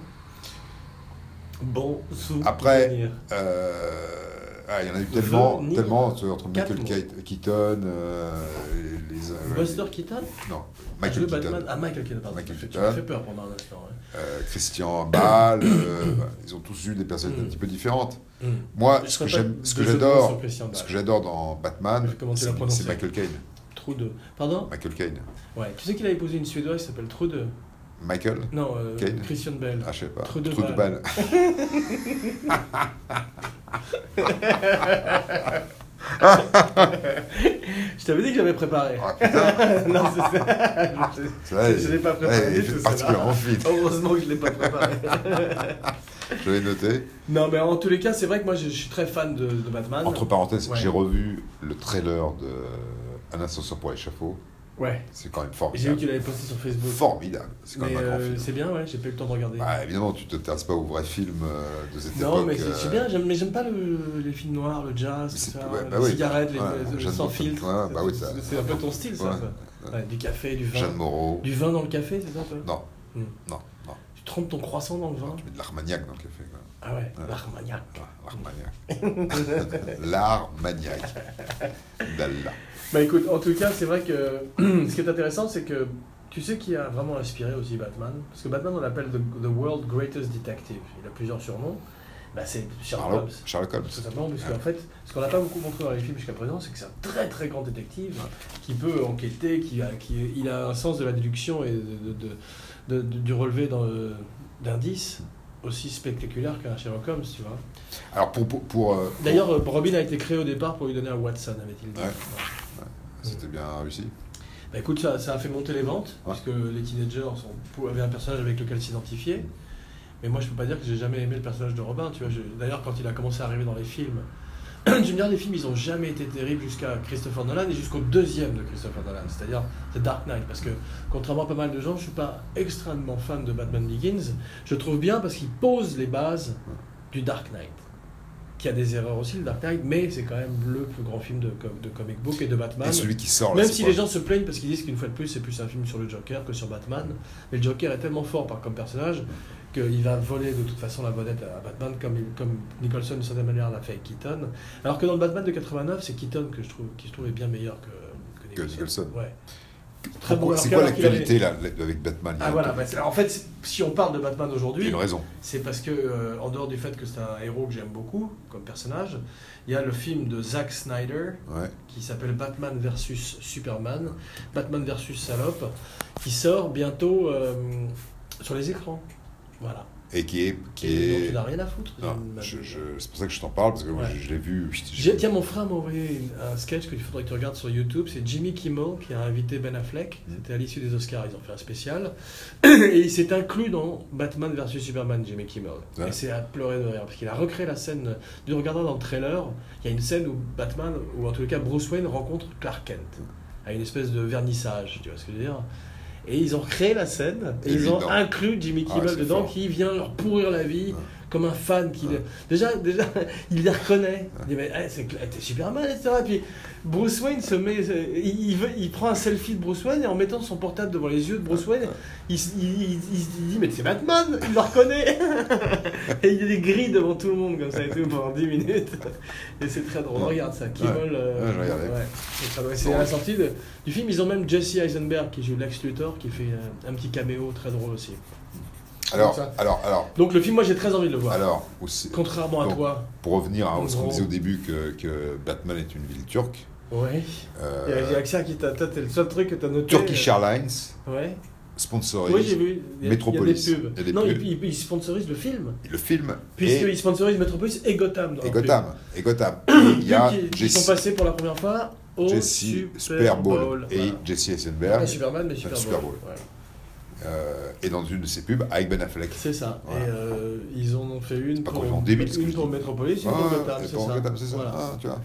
Bon souvenir.
Après, Euh, ah, il y en a eu tellement,
Venir.
tellement entre, entre
Quatre
Michael Ke- Keaton, euh, les, les- euh,
Buster Keaton
non,
Le
Michael
Batman.
Keaton,
Ah, Michael Keaton, pardon.
Michael
Tu m'as
Keaton.
fait peur pendant un instant. hein. ouais.
euh, Christian Bale, euh, bah, ils ont tous eu des personnalités
Mm.
un petit peu différentes.
Hum.
Moi,
Je
Ah, ce que
serais pas
j'aime, ce que
désolé sur
j'adore,
Christian
ce
Bale.
que j'adore dans Batman,
Je vais commencer la
c'est
prononcer.
c'est Michael Caine.
Trudeau. Pardon
Michael Caine.
Ouais. Tu sais qu'il avait posé une Suédoise qui s'appelle Trudeau
Michael
Non, euh,
Kane.
Christian Bell.
Ah, je sais pas.
Trou de
Trou de balle.
Je t'avais dit que j'avais préparé.
Ah, putain,
(laughs) non, c'est ça. (laughs) Je-
(laughs) ça,
Je l'ai pas préparé
ouais,
du
il fait
tout,
particulièrement vite.
Heureusement que je ne l'ai pas préparé. (laughs)
Je l'ai noté.
non, mais en tous les cas, c'est vrai que moi, je, je suis très fan de, de Batman.
Entre parenthèses,
Ah, Ouais.
j'ai revu le trailer de Un ascenseur pour l'échafaud.
Ouais.
C'est quand même
J'ai vu que
formidable.
tu l'avais posté sur Facebook.
Formidable. C'est quand
mais
même un grand
euh,
film.
c'est bien, ouais, j'ai pas eu le temps de regarder.
Bah, évidemment, tu ne t'intéresses pas aux vrais films euh, de cette époque.
non, mais c'est
euh,
c'est bien, j'aime- mais j'aime pas le- les films noirs, le jazz,
Mais
tout
c'est-
ça,
ouais, bah
les
oui.
cigarettes, les,
Ouais,
les-
j'aime
sans
beaucoup.
filtre.
Ouais, bah oui, ça-
C'est un peu ton style, ça.
Ouais,
ça.
ouais.
Ouais, du café, du vin.
Jeanne Moreau.
Du vin dans le café, c'est ça, toi
Non,
Hmm.
non, non.
Tu trompes ton croissant dans le vin
Tu mets de l'armagnac dans le café. quoi.
Ah ouais,
Ouais.
l'armagnac.
Ah, L'armagnac. (laughs) l'armagnac. D'Allah.
Bah écoute, en tout cas, c'est vrai que (clears throat) ce qui est intéressant, c'est que tu sais qui a vraiment inspiré aussi Batman Parce que Batman, on l'appelle the, the World Greatest Detective. Il a plusieurs surnoms. Bah c'est Sherlock
Sherlock,
Holmes.
Sherlock Holmes.
Tout simplement, parce qu'en fait, ce qu'on n'a pas beaucoup montré dans les films jusqu'à présent, c'est que c'est un très très grand détective hein, qui peut enquêter, qui a, qui, il a un sens de la déduction et de, de- de- de- du relevé dans le- d'indices aussi spectaculaire qu'un Sherlock Holmes, tu vois.
Alors, pour. pour, pour, euh, pour-
D'ailleurs, euh, Robin a été créé au départ pour lui donner à Watson, avait-il dit.
Ouais.
Ouais.
C'était bien réussi.
Bah écoute, ça, ça a fait monter les ventes,
Ouais.
parce que les teenagers sont- pou- avaient un personnage avec lequel s'identifier. Mais moi, je peux pas dire que j'ai jamais aimé le personnage de Robin. Tu vois, Je- d'ailleurs, quand il a commencé à arriver dans les films, (clears throat) tu me dire les films, ils ont jamais été terribles jusqu'à Christopher Nolan et jusqu'au deuxième de Christopher Nolan, c'est-à-dire The Dark Knight. Parce que contrairement à pas mal de gens, je suis pas extrêmement fan de Batman Begins. Je trouve bien parce qu'il pose les bases du Dark Knight. Qui a des erreurs aussi, le Dark Knight, mais c'est quand même le plus grand film de, com- de comic book et de Batman.
Et celui qui sort là,
bah, Même
Oh, c'est
si
quoi
les gens se plaignent parce qu'ils disent qu'une fois de plus c'est plus un film sur le Joker que sur Batman, mais le Joker est tellement fort par, comme personnage qu'il va voler de toute façon la vedette à Batman comme, il- comme Nicholson de certaine manière l'a fait avec Keaton. Alors que dans le Batman de 89, c'est Keaton que je trouve, qui je trouve est bien meilleur que,
Que Nicholson.
Ouais. Très bon
Pourquoi- C'est
worker,
quoi
alors qu'il avait-
l'actualité là, là, avec Batman Il y a
Ah voilà,
un-
bah, c'est- en fait, c'est- si on parle de Batman
il y a
aujourd'hui,
une raison.
c'est parce que, euh, en dehors du fait que c'est un héros que j'aime beaucoup comme personnage, il y a le film de Zack Snyder,
Ouais.
qui s'appelle Batman versus Superman, Batman versus Salope, qui sort bientôt euh, sur les écrans. Voilà.
Et qui est. Qui
Et donc,
est...
tu n'as rien à foutre.
Non,
Une-
je- je- c'est pour ça que je t'en parle, parce que moi,
euh, Ouais.
je, je l'ai vu.
J'ai- Tiens, mon frère m'a envoyé une- un sketch que il faudrait que tu regardes sur YouTube. C'est Jimmy Kimmel qui a invité Ben Affleck.
Mhm.
C'était à l'issue des Oscars, ils ont fait un spécial. (clears throat) Et il s'est inclus dans Batman vs Superman, Jimmy Kimmel.
Ouais.
Et c'est à pleurer de rire parce qu'il a recréé la scène. Du regardant dans le trailer, il y a une scène où Batman, ou en tout cas Bruce Wayne, rencontre Clark Kent
Mm.
à une espèce de vernissage. Tu vois ce que je veux dire et ils ont créé la scène, et ils
Évident.
ont inclus Jimmy
Ah,
Kimmel
c'est
dedans,
fort. Ah.
qui vient leur pourrir la vie,
Ouais.
comme un fan qui...
Ouais.
Déjà, déjà, (laughs) il les reconnaît.
Ah.
Il dit, mais hey, c'est cla- t'es Superman, etc. Et puis Bruce Wayne se met... Il, il veut- il prend un selfie de Bruce Wayne, et en mettant son portable devant les yeux de Bruce
Ah,
Wayne, il, s- il- il- il se dit, mais c'est Batman, il le
(laughs)
reconnaît. et il est gris devant tout le monde, comme ça, et tout, pendant 10 minutes. Et c'est très drôle.
Ouais.
Regarde ça, Kimmel... euh,
Ouais, je regardais.
ouais. C'est très drôle. C'est
Bon.
la sortie de- du film, ils ont même Jesse Eisenberg qui joue Lex Luthor qui fait euh, un petit caméo très drôle aussi.
Alors,
Comme ça.
alors, alors,
Donc le film, moi j'ai très envie de le voir.
alors, aussi,
Contrairement à
Bon.
toi.
pour revenir à ce qu'on
Bon.
disait au début que, que Batman est une ville turque.
Ouais.
euh,
Il y a- il y a que ça qui t'a. toi, t'es le seul truc que t'as noté.
Turkish
euh,
Airlines
Ouais.
sponsorise
Oui, j'ai vu. Il y a-
Metropolis.
Il y a des pubs.
Il y a des
non,
pubs.
ils, ils- ils sponsorisent le film.
le film
Puisqu'ils
et,
sponsorisent Metropolis et Gotham. dans
et
leur
Gotham. Et
(coughs)
Gotham. Et
pub.
il y a
Pubs qui, qui sont
Jesse,
passés pour la première fois au
Jesse
Super
Super Bowl et
voilà.
Jesse
Pas
Eisenberg.
Superman, mais Super,
Super
Bowl.
Bowl.
Voilà.
Et euh, et dans une de ses pubs avec Ben Affleck.
C'est ça.
Voilà.
Et euh, ils en ont fait une
pas
pour,
complètement débile, ce que
une
je
pour
dis.
Metropolis, une
Ah,
pour Gotham,
et
c'est
pour
ça.
Gotham, c'est ça.
Voilà.
Ah, tu vois.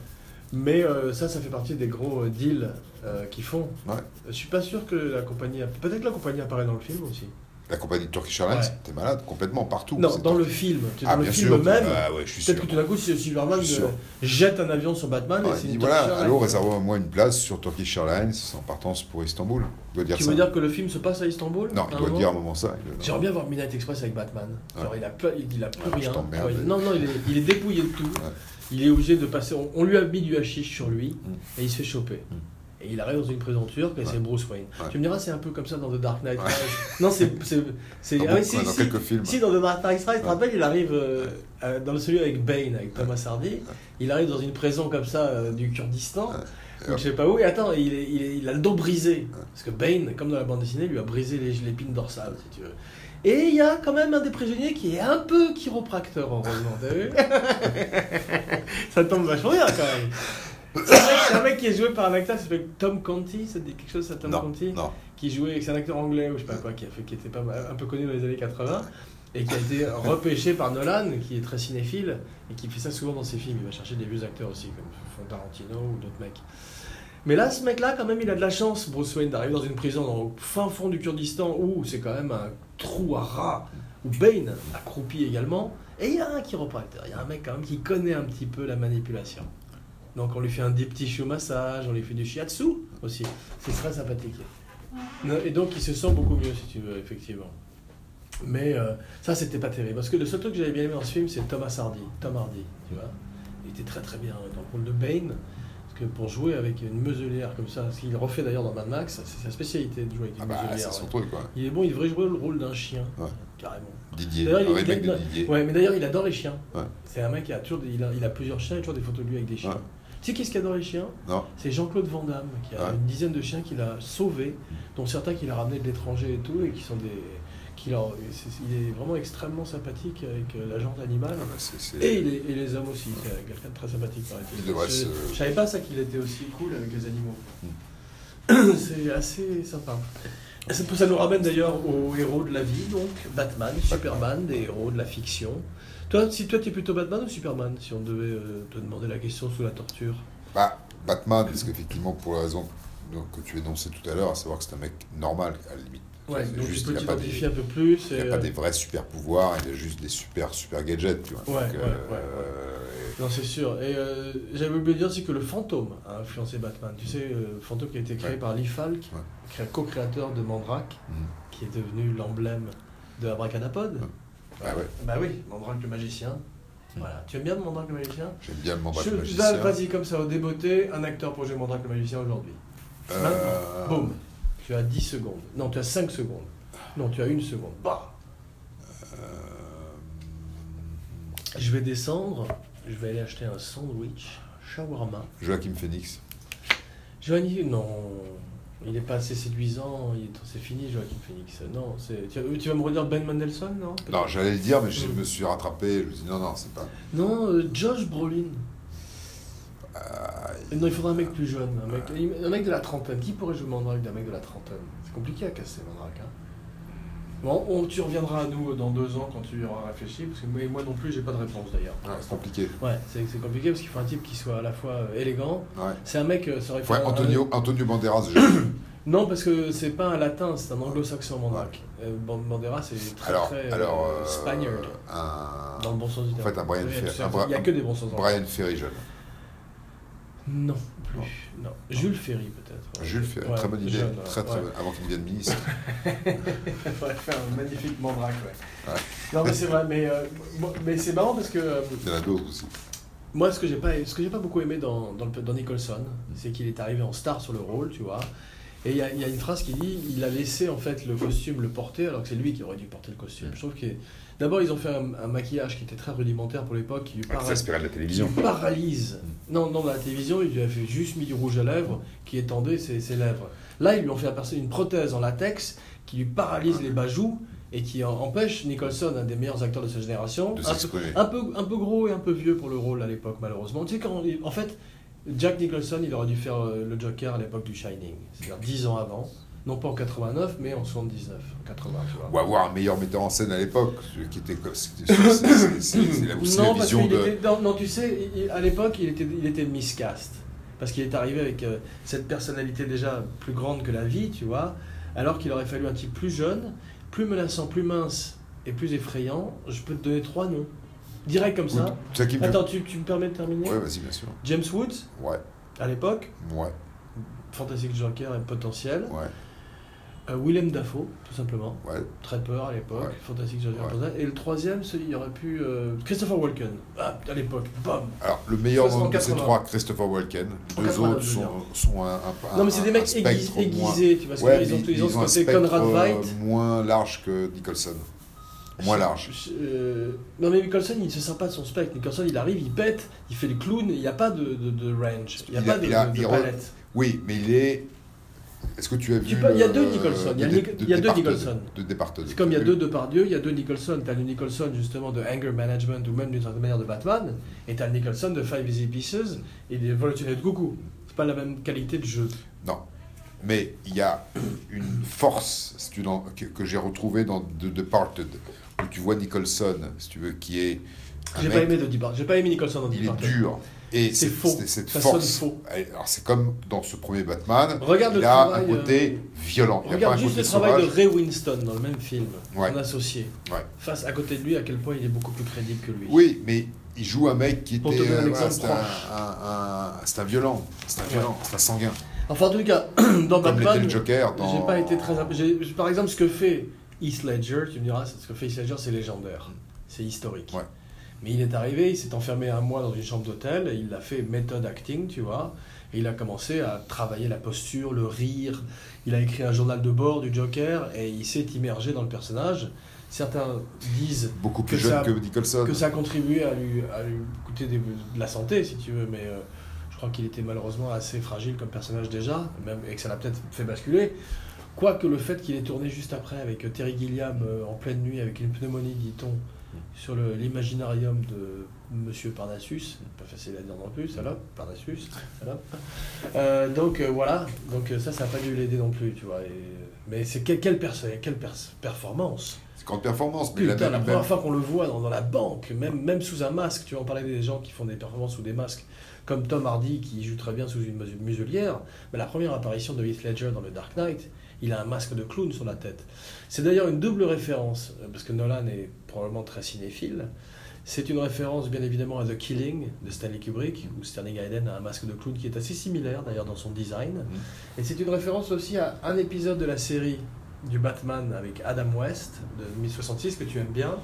Mais euh, ça, ça fait partie des gros euh, deals euh, qu'ils font.
Ouais.
Je suis pas sûr que la compagnie. Peut-être que la compagnie apparaît dans le film aussi.
La compagnie de Turkish Airlines,
Ouais.
t'es malade, complètement partout.
non,
C'est
dans le
Turkish-
film. Tu- Dans
Ah,
le
bien
film
sûr.
même.
Ah, ouais, je suis
Peut-être
sûr.
que tout d'un coup, si Superman
Je suis
euh,
sûr.
jette un avion sur Batman,
Ah,
et c'est
il dit
une
voilà,
torture,
allô,
là.
réservez-moi une place sur Turkish Airlines en partance pour Istanbul. Il doit dire
Tu
ça.
veux dire que le film se passe à Istanbul
Non,
à
il
un
doit
moment
dire à un moment ça. Il doit-
J'aimerais bien voir Midnight Express avec Batman. Genre,
Ouais.
il a, ple- il, il a plus
Ouais, je
rien.
t'emmerde.
Ouais, non, non, il est, il est dépouillé de tout.
Ouais.
Il est obligé de passer. On, on lui a mis du hashish sur lui
Mm.
et il se fait choper.
Mm.
Et il arrive dans une prison turque et
Ouais.
c'est Bruce Wayne.
Ouais.
Tu me diras, c'est un peu comme ça dans The Dark Knight Rises. Non, c'est. c'est, c'est-
Dans
ah oui,
beaucoup-
si,
dans
si,
quelques films.
si, dans The Dark Knight Rises, tu te
Ouais.
rappelles, il arrive euh,
Ouais.
euh, dans le celui avec Bane, avec Thomas Hardy. Il arrive dans une prison comme ça euh, du Kurdistan.
Ouais.
Ou je sais pas où, et attends, il, est- il est- il a le dos brisé. Parce que Bane, comme dans la bande dessinée, lui a brisé les, l'épine dorsale, si tu veux. Et il y a quand même un des prisonniers qui est un peu chiropracteur, heureusement, t'as
(laughs)
vu Ça tombe vachement bien, quand même. C'est un mec- C'est un mec qui est joué par un acteur, ça s'appelle Tom Conti, ça te dit quelque chose, ça, Tom
non,
Conti
non.
qui jouait, c'est un acteur anglais ou je sais pas quoi, qui, a fait, qui était pas mal- un peu connu dans les années 80 et qui a été repêché par Nolan, qui est très cinéphile et qui fait ça souvent dans ses films. Il va chercher des vieux acteurs aussi, comme font Tarantino ou d'autres mecs. Mais là, ce mec-là, quand même, il a de la chance, Bruce Wayne, d'arriver dans une prison dans le fin fond du Kurdistan où c'est quand même un trou à rats, où Bane accroupi également. Et il y a un chiropracteur, il y a un mec quand même qui connaît un petit peu la manipulation. Donc on lui fait un des petits chiots massage, on lui fait du shiatsu aussi. C'est très sympathique. Non, Et donc, il se sent beaucoup mieux, si tu veux, effectivement. Mais euh, ça, c'était pas terrible. Parce que le seul truc que j'avais bien aimé dans ce film, c'est Thomas Hardy. Tom Hardy, tu vois. Il était très très bien dans le rôle de Bane. Parce que pour jouer avec une muselière comme ça, ce qu'il refait d'ailleurs dans Mad Max, c'est sa spécialité de jouer avec une hein.
Ah bah,
muselière.
c'est son
ouais.
truc, quoi.
Il est bon, il devrait jouer le rôle d'un chien,
Ouais.
carrément.
Didier,
D'ailleurs,
le
il,
remake
il-
de Didier.
ouais, mais d'ailleurs, il adore les chiens.
Ouais.
C'est un mec qui a toujours des- il a, il a plusieurs chiens et toujours des photos de lui avec des chiens.
Ouais.
Tu sais qu'est-ce qui adore les chiens
Non. ah
C'est Jean-Claude Van Damme qui a
Ouais.
une dizaine de chiens qu'il a sauvés, dont certains qu'il a ramenés de l'étranger et tout, et qui sont des. qui leur- c'est- il est vraiment extrêmement sympathique avec euh, la gente animale.
Ah bah, c'est- c'est-
Et, il est- et les hommes aussi, c'est quelqu'un de très sympathique paraît-il.
Il devrait
Je-
se-
Je savais pas ça qu'il était aussi cool avec les animaux.
Hmm.
(clears throat) C'est assez sympa. Ça, ça nous ramène d'ailleurs aux héros de la vie, donc Batman, Superman, des héros de la fiction. Toi, si toi t'es plutôt Batman ou Superman, si on devait euh, te demander la question sous la torture
Bah, Batman, parce qu'effectivement, pour la raison donc, que tu énonçais tout à l'heure, à savoir que c'est un mec normal, à la limite.
Ouais,
C'est
donc tu
juste,
peux
il a pas
t'identifier un peu plus.
Il
et,
n'a pas
euh,
des vrais super pouvoirs, il a juste des super super gadgets, tu vois.
Ouais,
Donc,
ouais,
euh,
Non, c'est sûr. Et euh, j'avais oublié de dire, c'est que le fantôme a influencé Batman. Tu sais, euh, fantôme qui a été créé
Ouais.
par Lee Falk,
Ouais.
qui est un co-créateur de Mandrake,
Mhm.
qui est devenu l'emblème de Abracadapod.
Ah ouais,
Bah oui, Mandrake le magicien. Voilà. Tu aimes bien Mandrake le magicien
j'aime bien le mandat
Je-
de
là,
magicien.
Vas-y, comme ça, au débeauté, un acteur pour jouer Mandrake le magicien aujourd'hui.
Euh,
Maintenant, boum. Tu as 10 secondes. Non, tu as 5 secondes. Non, tu as une seconde. Bah.
euh,
Je vais descendre. Je vais aller acheter un sandwich shawarma.
Joachim Phoenix.
Johnny, non. Il n'est pas assez séduisant. il est- C'est fini, Joaquin Phoenix. Non, c'est. Tu, tu vas me redire Ben Mendelssohn, non
Non, j'allais le dire, mais je
Mm.
me suis rattrapé. Je me suis dit, non, non, c'est pas.
Non, euh, Josh Brolin. Euh, Non, il faudra un mec plus jeune, un mec, un mec de la trentaine. Qui pourrait jouer Mandrake d'un mec de la trentaine C'est compliqué à casser Mandrake. Hein bon, on, tu reviendras à nous euh, dans deux ans quand tu y auras réfléchi, parce que moi, moi non plus, j'ai pas de réponse d'ailleurs.
Ouais, c'est compliqué.
Ouais, c'est c'est compliqué parce qu'il faut un type qui soit à la fois euh, élégant.
Ouais.
C'est un mec, euh, ça aurait fait
Ouais,
un-
Antonio, Antonio Banderas,
(coughs)
j'aime.
Non, parce que c'est pas un latin, c'est un anglo-saxon Mandrake. Euh, Ban- Bandera, c'est très
alors,
très euh,
alors euh,
Spaniard,
un
dans le bon sens du
en
terme.
fait, un Brian
Oui,
Fer-
tu sais,
un Bra-
Il n'y a que des bons sens. dans le
Brian Ferry jeune.
Non, plus. Non. Jules Ferry, peut-être.
Jules Ferry,
Ouais,
très bonne idée,
jeune, ouais.
très très
Ouais.
bonne, avant qu'il devienne ministre.
(laughs) Il faudrait faire un magnifique mandrake, ouais.
Ouais.
Non, mais c'est vrai, mais, euh, moi- mais c'est marrant parce que euh,
Il y en a d'autres aussi.
moi, ce que j'ai pas, ce que j'ai pas beaucoup aimé dans, dans, le- dans Nicholson, c'est qu'il est arrivé en star sur le rôle, tu vois. Et il y, a- il y a une phrase qui dit il a laissé en fait le costume le porter, alors que c'est lui qui aurait dû porter le costume. Je trouve que. D'abord, ils ont fait un, un maquillage qui était très rudimentaire pour l'époque, qui lui paraît
de la
qui paralyse. Non, non, la télévision, il lui a fait juste mis du rouge à lèvres qui étendait ses, ses lèvres. Là, ils lui ont fait passer une prothèse en latex qui lui paralyse les bajoux et qui en- empêche Nicholson, un des meilleurs acteurs de sa génération,
De
un peu,
s'exprimer.
un, peu, un peu gros et un peu vieux pour le rôle à l'époque, malheureusement. Tu sais, quand on- en fait, Jack Nicholson, il aurait dû faire euh, le Joker à l'époque du Shining, c'est-à-dire 10 ans avant. non pas en 89, mais en 79, en 80. tu vois.
Ou avoir un meilleur metteur en scène à l'époque, ce qui était comme- c'était- c'est- c'est- c'est c'est la, c'est la
Non, parce
vision
qu'il
de.
était- non, non, tu sais, il- il- à l'époque, il était, il était miscast. Parce qu'il est arrivé avec euh, cette personnalité déjà plus grande que la vie, tu vois. Alors qu'il aurait fallu un type plus jeune, plus menaçant, plus mince et plus effrayant. Je peux te donner trois noms. Direct comme ça.
Ça qui me-
Attends, tu, tu me permets de terminer
Ouais, vas-y, bien sûr.
James Woods,
Ouais,
à l'époque,
ouais,
Fantastic Joker et potentiel.
ouais,
Euh, Willem Dafoe, tout simplement.
ouais.
Très peur à l'époque.
Ouais.
Fantastic Joker.
Ouais.
potentiel. Et le troisième, ce- il y aurait pu. euh, Christopher Walken. Ah, à l'époque. Bam
Alors, le meilleur
Ça, c'est en
de ces
80.
trois, Christopher Walken.
En
Deux
80,
autres
je veux
sont, sont un, un-
Non, mais c'est des
Ah, un- un
mecs
spectre
aiguis-
moins-
aiguisés, tu vois, parce
Ouais,
qu'ils ont,
mais
ils ont ce
un
côté
spectre,
Conrad
euh,
Veidt.
moins large que Nicholson. Moins large.
Je- euh, non, mais Nicholson, il se sert pas de son spectre. Nicholson, il arrive, il pète, il fait le clown, il n'y a pas de, de, de range, il n'y a
Il a-
pas de,
il a-
de- de
il re-
palette.
Oui, mais il est. Est-ce que tu as vu.
Tu peux- il y a
le-
deux Nicholson, il y a
de-
Nic-
de
il y a deux
Departed,
Nicholson.
De Departed.
C'est comme il y a deux Depardieu, il y a deux Nicholson. T'as le Nicholson, justement, de Anger Management, ou même d'une certaine manière de Batman, et t'as le Nicholson de Five Easy Pieces et des Volatiles de Gougou. C'est pas la même qualité de jeu.
Non. Mais il y a une force si tu dans- que, que j'ai retrouvée dans The Departed, où tu vois Nicholson, si tu veux, qui est. un
J'ai
mec-
pas aimé de Depardieu, j'ai pas aimé Nicholson dans
Il est
Depardieu.
dur. Et
C'est
cette-
faux.
c'est- Cette
Ça
force.
sonne faux.
elle- Alors c'est comme dans ce premier Batman.
Regarde
il
le
a
travail, euh,
un côté violent. Il y a pas
Regarde
un
juste
côté
le travail de
sauvage.
Ray Winston dans le même film,
Ouais.
en associé.
Ouais.
Face à côté de lui, à quel point il est beaucoup plus crédible que lui.
Oui, mais il joue un mec qui
Pour te
était.
donner un
euh, voilà,
exemple
c'est un,
proche.
un- un- c'est un violent. C'est un violent. C'est un sanguin.
Enfin, en tout cas, (clears throat) dans
Comme l'était
Batman,
le Joker. Dans...
j'ai pas été très. app- j'ai- j'ai- Par exemple, ce que fait Heath Ledger, tu me diras, ce que fait Heath Ledger, c'est légendaire, c'est historique.
Mm. Ouais.
Mais il est arrivé, il s'est enfermé un mois dans une chambre d'hôtel, et il a fait method acting, tu vois, et il a commencé à travailler la posture, le rire. Il a écrit un journal de bord du Joker et il s'est immergé dans le personnage. Certains disent
Beaucoup plus
que
jeune
ça-
que Nicholson.
que ça a contribué à lui, à lui coûter des- de la santé, si tu veux, mais euh, je crois qu'il était malheureusement assez fragile comme personnage déjà, même, et que ça l'a peut-être fait basculer. Quoique le fait qu'il ait tourné juste après avec euh, Terry Gilliam euh, en pleine nuit avec une pneumonie, dit-on, sur le- l'imaginarium de Monsieur Parnassus, pas facile à dire non plus, salope, Parnassus, salope. Euh, donc euh, voilà, donc euh, ça, ça n'a pas dû l'aider non plus, tu vois. et- mais c'est quelle, quelle, perso- quelle pers- performance
C'est grande performance. Mais
Putain, la
même-
première fois qu'on le voit dans, dans la banque, même, même sous un masque, tu vois, on parlait des gens qui font des performances sous des masques, comme Tom Hardy qui joue très bien sous une mus- muselière, mais la première apparition de Heath Ledger dans le Dark Knight, il a un masque de clown sur la tête. C'est d'ailleurs une double référence, euh, parce que Nolan est probablement très cinéphile. C'est une référence bien évidemment à The Killing de Stanley Kubrick, où Sterling Hayden a un masque de clown qui est assez similaire d'ailleurs dans son design.
Mm.
Et c'est une référence aussi à un épisode de la série du Batman avec Adam West de 1066 que tu aimes bien,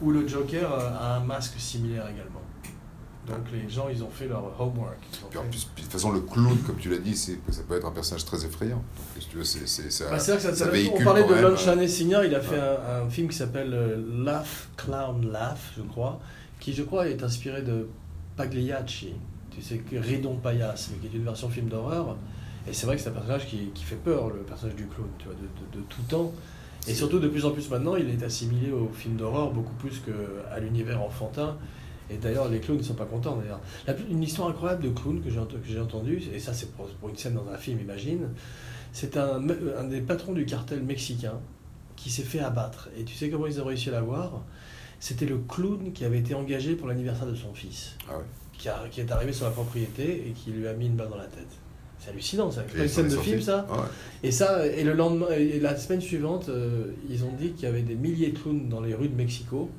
où le Joker euh, a un masque similaire également. Donc les gens, ils ont fait leur homework. Ils ont
Puis en
fait-
plus, puis de toute façon, le clown, comme tu l'as dit, c'est, ça peut être un personnage très effrayant. Donc, si tu veux, c'est, c'est, ça-
Bah, c'est vrai que ça,
ça
ça- on
véhicule
parlait
quand
de
même,
Lon
euh,
Chaney Senior, il a fait
ouais.
un, un film qui s'appelle euh, Laugh, Clown Laugh, je crois, qui je crois est inspiré de Pagliacci, tu sais, que Ridon Paillasse, mais qui est une version film d'horreur. Et c'est vrai que c'est un personnage qui, qui fait peur, le personnage du clown, tu vois, de, de- de tout temps. Et
C'est-
surtout, de plus en plus maintenant, il est assimilé au film d'horreur beaucoup plus qu'à l'univers enfantin. Et d'ailleurs, les clowns ne sont pas contents. D'ailleurs, La plus- une histoire incroyable de clown que j'ai ent- que j'ai entendue, et ça c'est pour, pour une scène dans un film, imagine. C'est un, me- un des patrons du cartel mexicain qui s'est fait abattre. Et tu sais comment ils ont réussi à l'avoir C'était le clown qui avait été engagé pour l'anniversaire de son fils,
Ah ouais.
qui, a- qui est arrivé sur la propriété et qui lui a mis une balle dans la tête. C'est hallucinant, ça. C'est
Et
pas une
ça
scène
les
de
sorties.
film, ça.
Ah ouais.
Et ça, et le lendemain, et la semaine suivante, euh, ils ont dit qu'il y avait des milliers de clowns dans les rues de Mexico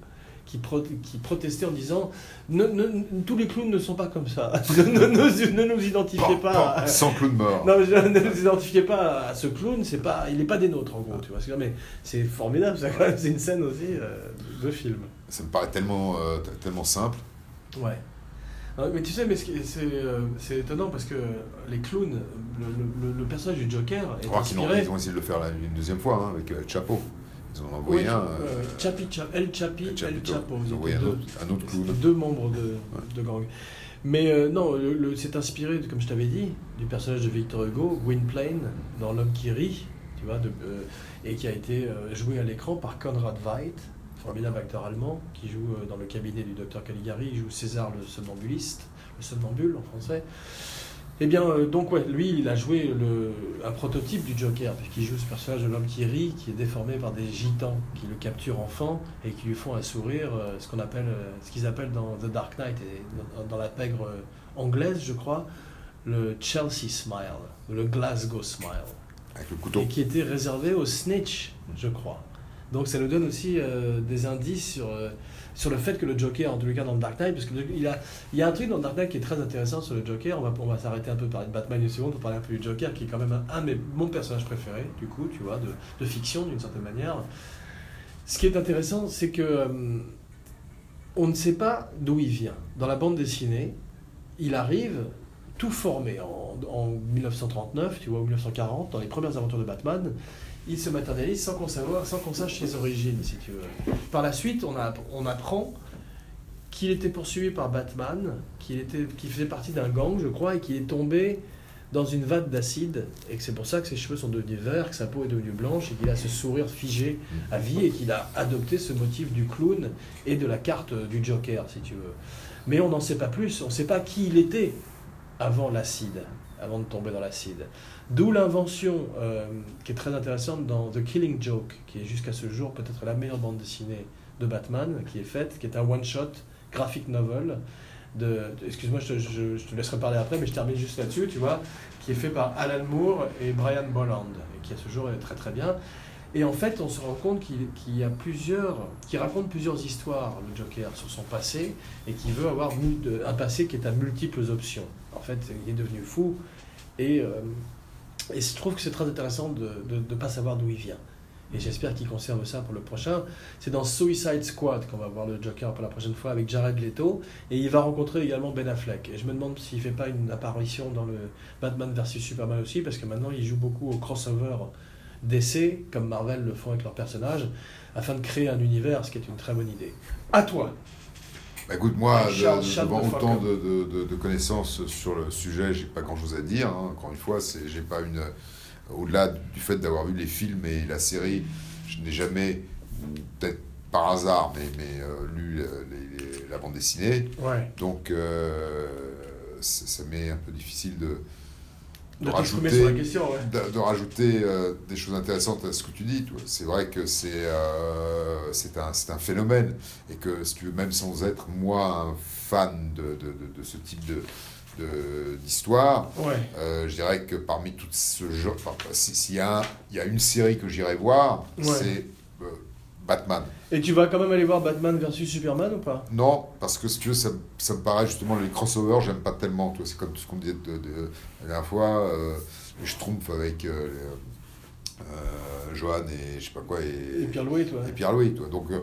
qui, pro- qui protestaient en disant Ne- ne- ne- tous les clowns ne sont pas comme ça. (laughs) ne, ne- ne- ne nous identifiez
Pan,
pas.
pan,
à-
sans clown mort.
non, mais je- (laughs) ne vous identifiez pas à ce clown, c'est pas, il n'est pas des nôtres en gros, tu vois. ce que je veux dire, Mais c'est formidable, ça, quand même, c'est une scène aussi euh, de film.
Ça me paraît tellement, euh, t- tellement simple.
Ouais. Ah, Mais tu sais, mais ce qui- c'est euh, c'est étonnant parce que les clowns, le, le- le- le personnage du Joker est
On va voir qu'ils ont,
inspiré.
ils ont essayé de le faire la- une deuxième fois hein, avec euh, Chapo. Ils en ont envoyé
Ouais,
un.
euh,
euh,
Chapi, Cha- El Chapi, El Chapo.
Ils
Ils
ont envoyé
étaient
un
deux.
autre, un autre clown.
C'était deux membres de, de gang. Mais euh, non, le, le- c'est inspiré, comme je t'avais dit, du personnage de Victor Hugo, Gwynplaine, dans L'homme qui rit, tu vois, de- euh, et qui a été euh, joué à l'écran par Conrad Veidt, formidable acteur allemand, qui joue euh, dans le cabinet du docteur Caligari, il joue César le somnambuliste, le somnambule en français. Eh bien, euh, donc, ouais, lui, il a joué le, un prototype du Joker, puisqu'il joue ce personnage de l'homme qui rit, qui est déformé par des gitans qui le capturent enfant et qui lui font un sourire, euh, ce qu'on appelle, euh, ce qu'ils appellent dans The Dark Knight et dans, dans la pègre euh, anglaise, je crois, le Chelsea Smile, le Glasgow Smile,
avec le couteau.
et qui était réservé aux snitch, je crois. Donc, ça nous donne aussi euh, des indices sur, euh, sur le fait que le Joker, en tous les cas dans le Dark Knight, parce que le- il a, il y a un truc dans le Dark Knight qui est très intéressant sur le Joker. On va, on va s'arrêter un peu par Batman une seconde pour parler un peu du Joker, qui est quand même un, un de mes- mon personnage préféré, du coup, tu vois, de, de fiction d'une certaine manière. Ce qui est intéressant, c'est que euh, on ne sait pas d'où il vient. Dans la bande dessinée, il arrive tout formé en, en 1939, tu vois, ou 1940, dans les premières aventures de Batman. Il se matérialise sans qu'on savoir- sans qu'on sache ses origines, si tu veux. Par la suite, on, a- on apprend qu'il était poursuivi par Batman, qu'il était, qu'il faisait partie d'un gang, je crois, et qu'il est tombé dans une vague d'acide, et que c'est pour ça que ses cheveux sont devenus verts, que sa peau est devenue blanche, et qu'il a ce sourire figé à vie, et qu'il a adopté ce motif du clown et de la carte euh, du Joker, si tu veux. Mais on n'en sait pas plus, on ne sait pas qui il était avant l'acide, avant de tomber dans l'acide. D'où l'invention euh, qui est très intéressante dans The Killing Joke, qui est jusqu'à ce jour peut-être la meilleure bande dessinée de Batman qui est faite, qui est un one-shot graphic novel. De, de- excuse-moi, je, te- je- je te laisserai parler après, mais je termine juste là-dessus, tu vois, qui est fait par Alan Moore et Brian Bolland, et qui à ce jour est très très bien. Et en fait, on se rend compte qu'il, qu'il y a plusieurs, qui raconte plusieurs histoires, le Joker, sur son passé, et qui veut avoir mu- de- un passé qui est à multiples options. En fait, il est devenu fou, et, euh, et je trouve que c'est très intéressant de ne pas savoir d'où il vient. Et j'espère qu'il conserve ça pour le prochain. C'est dans Suicide Squad qu'on va voir le Joker pour la prochaine fois avec Jared Leto. Et il va rencontrer également Ben Affleck. Et je me demande s'il fait pas une apparition dans le Batman vs Superman aussi, parce que maintenant il joue beaucoup au crossover DC, comme Marvel le font avec leurs personnages, afin de créer un univers, ce qui est une très bonne idée. À toi
Bah, écoute, moi, de-
Charles-
de-
Charles
devant
de
autant
Falcon.
de, de- de- de connaissances sur le sujet, j'ai pas grand-chose à dire. hein. Encore une fois, c'est, j'ai pas une. Au-delà du fait d'avoir vu les films et la série, je n'ai jamais, peut-être par hasard, mais, mais euh, lu euh, les- les- la bande dessinée.
Ouais.
Donc, euh, ça, ça m'est un peu difficile de,
De
de
t'exprimer
rajouter-
sur la question, ouais.
de, de rajouter euh, des choses intéressantes à ce que tu dis. tu vois. C'est vrai que c'est euh, c'est un, c'est un phénomène et que si tu veux, même sans être moi un fan de, de, de- de ce type de de- d'histoire,
Ouais.
euh, je dirais que parmi tout ce genre, enfin, si- s'il y, a un- il y a une série que j'irai voir,
Ouais.
c'est euh, Batman.
Et tu vas quand même aller voir Batman vs Superman ou pas
Non, parce que si tu veux, ça, me- ça me paraît justement les crossovers, j'aime pas tellement. tu vois, C'est comme tout ce qu'on disait de, de- la dernière fois, euh, les Schtroumpfs avec euh, les, euh, Johan et je sais pas quoi et,
Et Pierre Louis, toi
et Pierre-Louis. toi. Donc euh,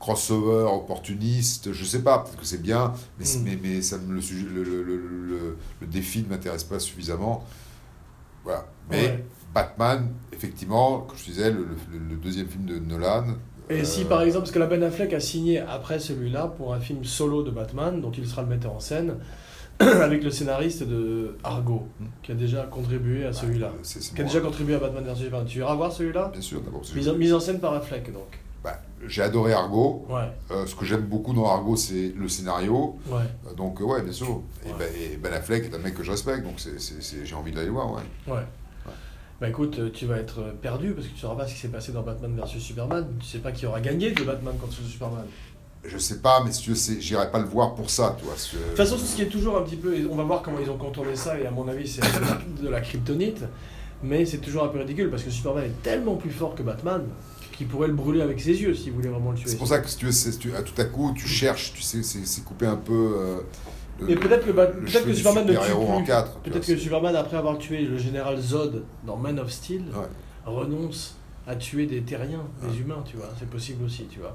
crossover, opportuniste, je sais pas, peut-être que c'est bien, mais, c'est-
Mm.
mais, mais ça me, le, sujet- le, le- le- le- le défi ne m'intéresse pas suffisamment. Voilà. Mais
Ouais.
Batman, effectivement, comme je te disais, le, le- le deuxième film de Nolan.
Et
euh,
si par exemple, parce que la Ben Affleck a signé après celui-là pour un film solo de Batman, dont il sera le metteur en scène, (clears throat) avec le scénariste de Argo,
Hmm.
qui a déjà contribué à celui-là.
c'est- c'est
Qui a
bon,
déjà
hein.
contribué à Batman vs Superman. Tu iras voir celui-là
Bien sûr, d'abord. parce que
mise en, mise en scène par Affleck, donc.
Bah, j'ai adoré Argo.
Ouais,
Euh, ce que j'aime beaucoup dans Argo, c'est le scénario.
ouais.
Euh, donc, euh, ouais, bien sûr. Et,
Ouais.
ben, et Ben Affleck est un mec que je respecte, donc c'est, c'est- c'est- j'ai envie d'aller voir. Ouais.
Ouais. Bah écoute, euh, tu vas être euh, perdu parce que tu sauras pas ce qui s'est passé dans Batman vs Superman. Tu sais pas qui aura gagné de Batman contre Superman.
Je sais pas, mais si tu veux, c'est- j'irai pas le voir pour ça, tu vois. parce que-
De toute façon, ce qui est toujours un petit peu. et On va voir comment ils ont contourné ça, et à mon avis, c'est de la kryptonite. Mais c'est toujours un peu ridicule parce que Superman est tellement plus fort que Batman qu'il pourrait le brûler avec ses yeux s'il voulait vraiment le tuer.
c'est pour ça que si tu veux, c'est- si tu- à tout à coup, tu cherches, tu sais, c'est, c'est coupé un peu. euh, le-
Et peut-être que, Bat-
le
peut-être
cheveu
que
du
Superman ne tue
super-héros en
plus.
quatre, tu
Peut-être
vois,
que Superman, après avoir tué le général Zod dans Man of Steel,
Ouais.
renonce à tuer des terriens,
Ouais.
des humains, tu vois. C'est possible aussi, tu vois.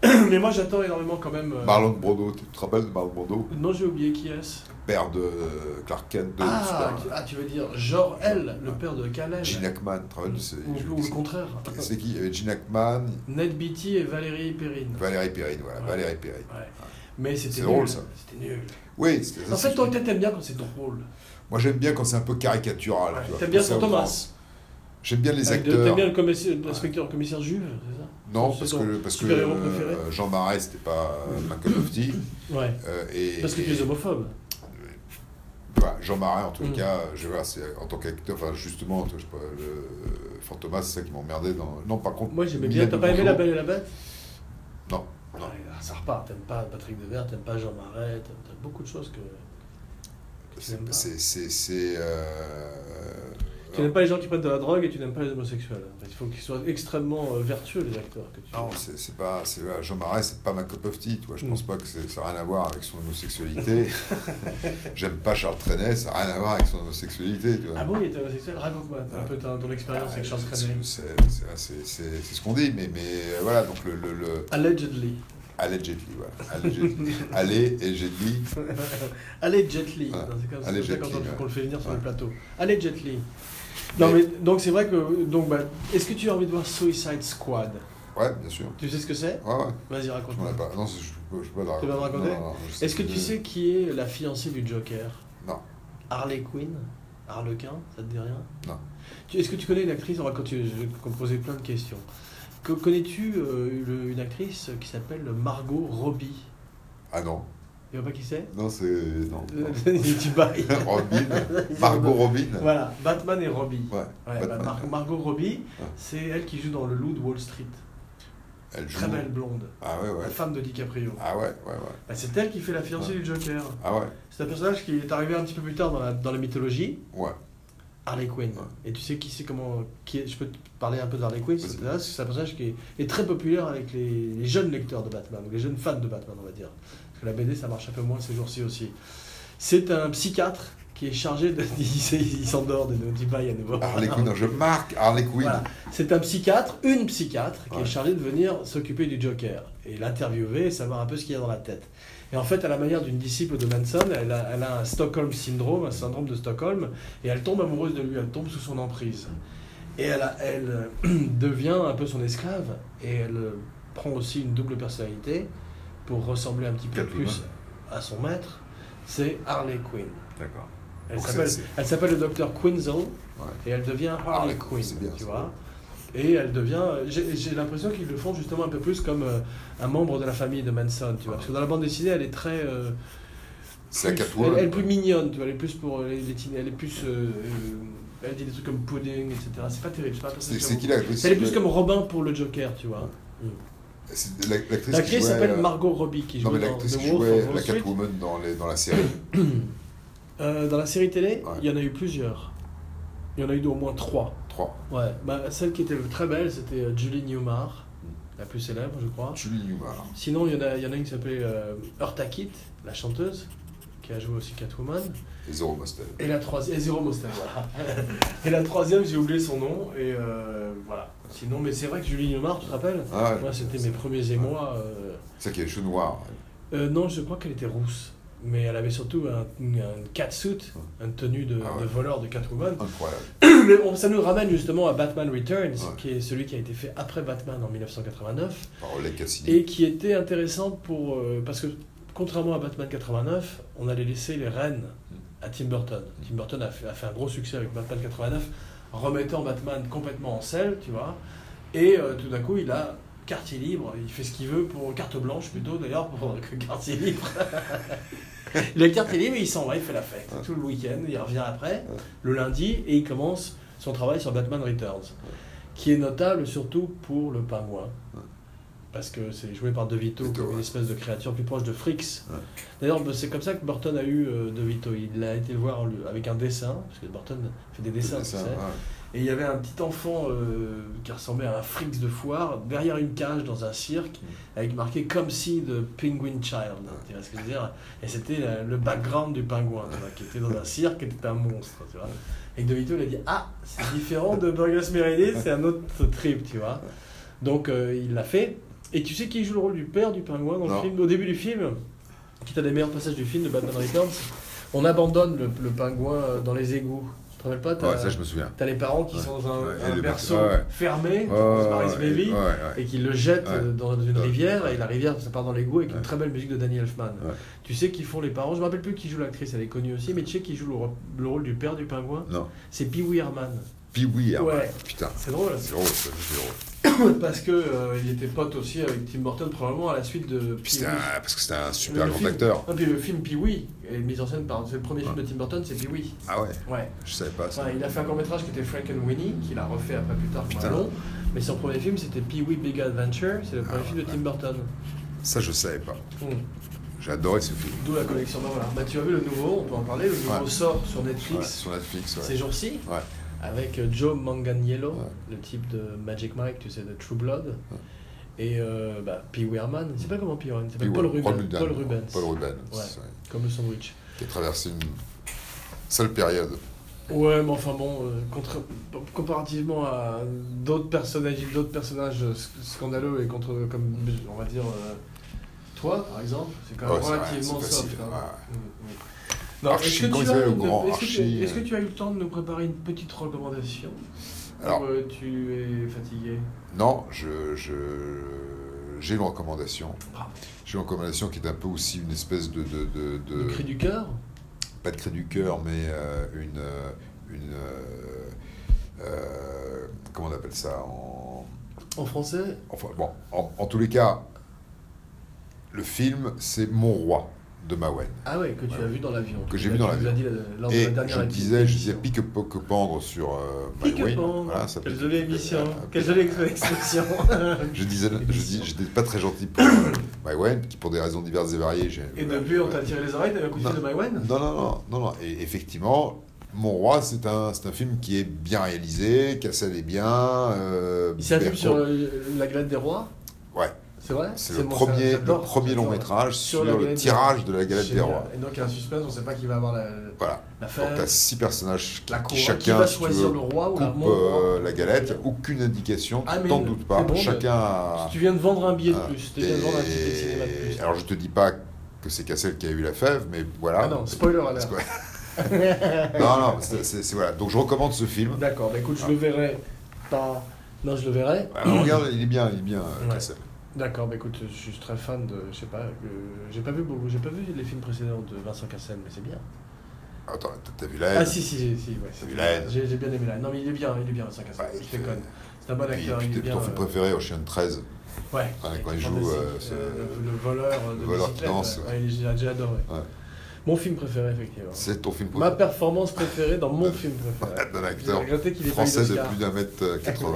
(clears throat) Mais moi, j'attends énormément quand même. euh,
Marlon Brando, tu te rappelles de Marlon Brando
Non, j'ai oublié qui est-ce.
Père de euh, Clark Kent, de
Ah,
Superman.
tu- ah, tu veux dire Jor-El, le père de Kal-El.
Gene Hackman, tu te rappelles de ce-
Ou,
je-
ou le contraire.
c'est, c'est qui Il y avait Gene Hackman,
Ned Beatty et Valérie Perrine.
Valérie Perrine, voilà,
Ouais.
Valérie Perrine.
Ouais. Mais c'était
C'est drôle,
nul.
ça.
C'était nul.
Oui, c'était ça,
En fait,
c'est-
toi, t'aimes bien quand c'est drôle.
Moi, j'aime bien quand c'est un peu caricatural.
Ouais,
tu vois,
T'aimes bien
quand
Sir
c'est outrance.
Thomas.
J'aime bien les
Avec de-
acteurs.
T'aimes bien le commissaire- l'inspecteur commissaire Juve, c'est
Non,
c'est
parce
ton
que, parce que
super-héros
euh,
préféré
Jean Marais, c'était pas euh, ma cup of tea.
ça Ouais.
Euh, et,
Parce que
et-
tu es homophobe.
Voilà, Jean Marais, en tout
Mm.
cas, euh, je vois, c'est en tant qu'acteur, enfin, justement, je sais pas, le Fantomas, c'est ça qui m'emmerdait dans. Non, par contre.
Moi j'aimais bien.
Mylène
T'as pas aimé
Bonjour,
La Belle et la Bête
Non, non.
Ouais, bah, Ça repart. T'aimes pas Patrick Devers, t'aimes pas Jean Marais, t'aimes t'aimes beaucoup de choses que. que tu n'aimes
C'est.
pas.
c'est- c'est- c'est, euh,
Tu n'aimes pas les gens qui prennent de la drogue et tu n'aimes pas les homosexuels. En fait, il faut qu'ils soient extrêmement euh, vertueux, les acteurs que tu
Non, c'est c'est pas. c'est- voilà, Jean Marais, c'est pas ma cup of tea, tu vois. Je
Mm.
pense pas que c'est- ça n'a rien à voir avec
(laughs)
son homosexualité. J'aime pas Charles Trenet, ça n'a rien à voir avec son homosexualité, tu vois.
Ah bon, il était homosexuel Raconte-moi un
Ah.
peu ta- ton expérience avec Charles
euh, C'est-
Trenet.
c'est- c'est- C'est c'est- c'est ce qu'on dit, mais, mais euh, voilà, donc le. le, le
Allegedly.
allegedly, voilà.
(laughs)
Allegedly. Allez, et j'ai dit.
Allez Jetly,
Voilà.
c'est comme ça
Allez,
c'est
Jet
comme
Li,
ça qu'on
ouais.
qu'on le fait venir sur le
Ouais.
plateau. Allez Jetly. Non mais
Mais-
donc c'est vrai que donc bah, est-ce que tu as envie de voir Suicide Squad
Ouais, bien sûr.
Tu sais ce que c'est
Ouais, ouais. bah,
Vas-y
Je m'en
raconte-moi.
ai pas. Non, c'est- je peux je peux pas
Tu
le
vas me raconter
Non, non, non, je
Est-ce que
plus.
tu sais qui est la fiancée du Joker
Non.
Harley Quinn Harlequin Ça te dit rien
Non.
Tu- Est-ce que tu connais une actrice On va continuer, je vais te poser plein de questions. Que- Connais-tu euh, le- une actrice qui s'appelle Margot Robbie
Ah non.
Tu vois pas qui c'est
Non, c'est.
(laughs)
Non. non.
Tu bailles.
Robin. Margot Robin.
Voilà, Batman et Robbie.
Ouais.
Ouais,
Batman.
bah, Mar- Margot Robbie,
Ouais.
c'est elle qui joue dans Le Loup de Wall Street.
Elle joue.
Très belle blonde,
Ah ouais, ouais.
la femme de DiCaprio.
Ah ouais, ouais, ouais.
Bah, c'est elle qui fait la fiancée du Joker.
Ah ouais,
C'est un personnage qui est arrivé un petit peu plus tard dans la, dans la mythologie.
ouais.
Harley Quinn.
Ouais.
Et tu sais qui c'est comment. Qui est- je peux te parler un peu d'Harley Quinn. C'est
Vas-y.
là, c'est un personnage qui est, est très populaire avec les, les jeunes lecteurs de Batman, ou les jeunes fans de Batman, on va dire. Parce que la BD, ça marche un peu moins ces jours-ci aussi. C'est un psychiatre qui est chargé de. (laughs) Il, s'endort de nos à nouveau.
Harley Quinn, non, je marque Harley Quinn.
Voilà. C'est un psychiatre, une psychiatre, qui est
Ouais.
chargée de venir s'occuper du Joker et l'interviewer et savoir un peu ce qu'il y a dans la tête. Et en fait, à la manière d'une disciple de Manson, elle a, elle a un Stockholm syndrome, un syndrome de Stockholm, et elle tombe amoureuse de lui, elle tombe sous son emprise. Et elle, a- elle (clears throat) euh, devient un peu son esclave, et elle euh, prend aussi une double personnalité pour ressembler un petit peu
Catwoman.
plus à son maître. C'est Harley Quinn.
D'accord.
Elle
Donc ça,
s'appelle-
c'est-
elle s'appelle le docteur Quinzel,
Ouais.
et elle devient Harley
Harley Quinn,
Quinn,
c'est bien,
tu
c'est
vois. Et elle devient. J'ai j'ai l'impression qu'ils le font justement un peu plus comme euh, un membre de la famille de Manson, tu vois. Parce que dans la bande dessinée, elle est très. euh,
C'est la
plus-
Catwoman.
Elle, elle est plus mignonne, tu vois. Elle est plus pour les, les teen- Elle est plus. euh, euh, elle dit des trucs comme pudding, etc. C'est pas terrible. C'est pas un personnage
C'est
que
c'est
j'aime
qui la
beaucoup. Elle est plus comme Robin pour le Joker, tu vois.
C'est la- L'actrice qui
L'actrice
jouait,
s'appelle
euh,
Margot Robbie qui
Non,
joue
mais
dans
l'actrice
The
qui
Wolf
jouait
of Wall
la
Street.
Catwoman dans, les, dans la série. (laughs)
Euh, dans la série télé,
Ouais.
il y en a eu plusieurs. Il y en a eu au moins trois.
3.
Ouais, bah, celle qui était très belle, c'était euh, Julie Newmar, la plus célèbre, je crois.
Julie Newmar.
Sinon, il y en a, il y en a une qui s'appelait euh, Urta Kitt, la chanteuse, qui a joué aussi Catwoman.
Et Zoro Mostel.
Et la troisième, et Zero Mostel, voilà. (laughs) et la troisième, j'ai oublié son nom, et euh, voilà. Sinon, mais c'est vrai que Julie Newmar, tu te rappelles
Ah, ouais.
Moi, c'était mes premiers émois. euh,
C'est ça qui a les cheveux noirs.
euh, non, je crois qu'elle était rousse. Mais elle avait surtout un, un catsuit, une tenue de,
Ah ouais.
de voleur de Catwoman.
Incroyable.
Mais on- ça nous ramène justement à Batman Returns,
Ouais. Mm.
qui est celui qui a été fait après Batman en 1989
Par Oleg Cassini.
et qui était intéressant pour euh, parce que contrairement à Batman 89, on allait laisser les rênes à Tim Burton. Tim Burton a fait, a fait un gros succès avec Batman 89, remettant Batman complètement en selle, tu vois. Et euh, tout d'un coup, il a quartier libre, il fait ce qu'il veut pour carte blanche plutôt d'ailleurs pour (laughs) que quartier libre. il a quartier libre et il s'en va, il fait la fête tout le week-end, il revient après le lundi et il commence son travail sur Batman Returns, qui est notable surtout pour le pingouin. Parce que c'est joué par De Vito,
De Vito,
comme une
ouais.
espèce de créature plus proche de Frix.
Ouais.
D'ailleurs, bah, c'est comme ça que Burton a eu euh, De Vito. Il a été le voir en lui- avec un dessin, parce que Burton fait des dessins,
C'est
tu
ça,
sais.
ouais.
Et il y avait un petit enfant euh, qui ressemblait à un Frix de foire, derrière une cage dans un cirque,
Mm.
avec marqué Comme si de Penguin Child.
Ah.
Tu vois ce que je veux dire Et c'était euh, le background du pingouin, tu vois, qui était dans un cirque, qui était un monstre. Tu vois et De Vito, il a dit Ah, c'est différent de Burgess Meredith, c'est un autre trip, tu vois. Donc euh, il l'a fait. Et tu sais qui joue le rôle du père du pingouin dans le
Non.
film Au début du film, qui est un des meilleurs passages du film de Batman Returns, on abandonne le, le pingouin euh, dans les égouts. Tu te rappelles pas t'as-
Ouais, ça, je me souviens.
T'as les parents qui
Ouais.
sont dans un,
Ouais, et
un
le
berceau
berceau, ouais.
fermé,
Ouais,
comme
ouais,
Paris
ouais,
Baby,
ouais, ouais.
et qui le jettent
Ouais.
euh, dans une
Ouais.
rivière, et la rivière, ça part dans l'égout avec une
Ouais.
très belle musique de Danny Elfman.
Ouais.
Tu sais qu'ils font les parents, je me rappelle plus qui joue l'actrice, elle est connue aussi, mais tu sais qui joue le, ro- le rôle du père du pingouin
Non.
C'est Pee Wee Herman.
Pee Wee, ah
Ouais.
Putain.
C'est drôle. hein.
C'est drôle, ça, c'est drôle.
(laughs) parce que euh, il était pote aussi avec Tim Burton probablement à la suite de
Puis c'était
Pee-wee.
un- parce que c'était un
Mais
super
le
grand
film-
acteur.
Ah, puis le film Pee-wee est mis en scène par c'est le premier film de Tim Burton, c'est Pee-wee.
Ah ouais,
Ouais.
je savais pas ça.
Ouais, il a fait un court métrage qui était Frankenweenie, qu'il a refait après plus tard pour
Putain.
un long. Mais son premier film c'était Pee-wee Big Adventure, c'est le premier
Ah,
film de Tim Burton.
Ça, je savais pas.
Hmm.
J'adorais ce film.
D'où la collection. Bah, voilà. Bah, tu as vu le nouveau, on peut en parler. Le nouveau
Ouais.
sort sur
Ouais,
Netflix
sur Netflix, ouais.
ces jours-ci.
Ouais.
Avec euh, Joe Manganiello,
Ouais.
le type de Magic Mike, tu sais, de True Blood. Et euh, bah, Pee Wee Herman, c'est pas comment Pee Wee Herman, il s'appelle
Puis,
Paul,
ouais,
Ruben, Paul
Paul
Rubens.
Paul Rubens,
Ouais.
ouais,
Comme le sandwich.
qui a traversé une sale période.
Ouais, mais enfin bon, euh, contre- comparativement à d'autres personnages, d'autres personnages euh, sc- scandaleux et contre, comme on va dire, euh, toi par exemple, c'est quand même
Ouais, c'est vrai,
relativement
c'est facile,
soft. hein.
ouais.
Mm, mm. Non,
Archie,
est-ce que,
comment
tu
il s'appelle,
as-
le grand
est-ce que tu-
Archie,
est-ce que
euh.
tu as eu le temps de nous préparer une petite recommandation
Alors,
Ou, euh, tu es fatigué
non, je, je- j'ai une recommandation.
Bravo.
J'ai une recommandation qui est un peu aussi une espèce de. de, de- de-
Le cri du cœur
pas de cri du cœur, mais euh, une. euh, une euh, euh, comment on appelle ça en,
en français
Enfin, bon, en, en tous les cas, le film, c'est Mon Roi de Mawen.
Ah ouais, que tu
Ouais.
as vu dans l'avion.
Que j'ai vu dans
Tu nous as dit la- lors de la
Et
dernière
je le disais, je disais pique-poque pendre sur euh, My
Pique
Way.
pendre.
Voilà, ça
Quelle
pique-
jolie émission,
Euh,
quelle jolie expression.
(laughs) Je disais, je dis- j'étais pas très gentil pour (coughs) euh, My Way, qui pour des raisons diverses et variées. j'ai-
Et depuis, on t'a tiré les oreilles, t'avais un coup de fil de Maïwen
Non, non, non, non, non. Et effectivement, Mon Roi, c'est un, c'est un film qui est bien réalisé, Cassel est bien. euh,
Il s'affume
Berko-
sur euh, la galette des rois
Ouais.
C'est vrai
C'est
C'est
le
bon,
premier,
ça,
le
j'adore,
premier long
j'adore.
métrage
Sur
sur,
la
le
galette des
tirage de la galette des
Génial.
rois.
Et donc, il y a un suspense, on sait pas qui va avoir la,
Voilà.
la
Donc
fête,
t'as six personnages
la
qui
cour, qui
chacun
va
si tu
choisir
veux,
le roi ou la
coupe
mon roi.
euh, la galette, il n'y a aucune indication,
Ah,
tu
mais
t'en
non,
doutes pas,
c'est bon,
chacun a...
Si tu viens de vendre un billet de
Ah,
plus, tu viens de vendre un ticket de cinéma de plus.
et- Alors je te dis pas que c'est Cassel qui a eu la fève, mais voilà.
Ah non, spoiler
Parce
alert.
que-
(laughs)
non, non, c'est c'est- c'est- voilà. Donc je recommande ce film.
D'accord, bah écoute, je
Ah.
le verrai pas. Non, je le verrai. (clears throat)
Alors, Euh, regarde, il est bien, il est bien, euh,
Ouais.
Cassel.
D'accord, bah écoute, je suis très fan de. Je sais pas, euh, j'ai pas vu beaucoup, j'ai pas vu les films précédents de Vincent Cassel, mais c'est bien.
Attends, t'as- t'as vu l'aide
Ah si, si, si, si ouais, c'est
vu
bien.
la haine
J'ai j'ai bien aimé là. Non, mais il est bien, il est bien, Vincent Cassel.
Ouais, il
je
fait-
déconne. C'est un bon
Et puis,
acteur,
puis
il est
t'es-
bien.
ton film
euh,
préféré, Ocean 13.
Ouais.
Ah,
il
quand
est
il joue,
fantastique.
euh, ce-
le, le voleur de
le voleur qui
bicyclette,
danse,
ouais.
ouais.
Ouais, il- j'ai j'ai adoré.
Ouais.
Mon film préféré, effectivement.
C'est ton film
Ma
préféré
performance préférée dans mon film préféré.
(laughs) d'un
J'ai
acteur
regretté qu'il ait pas eu
français de
d'Oscar.
plus d'un mètre euh,
(laughs)
80.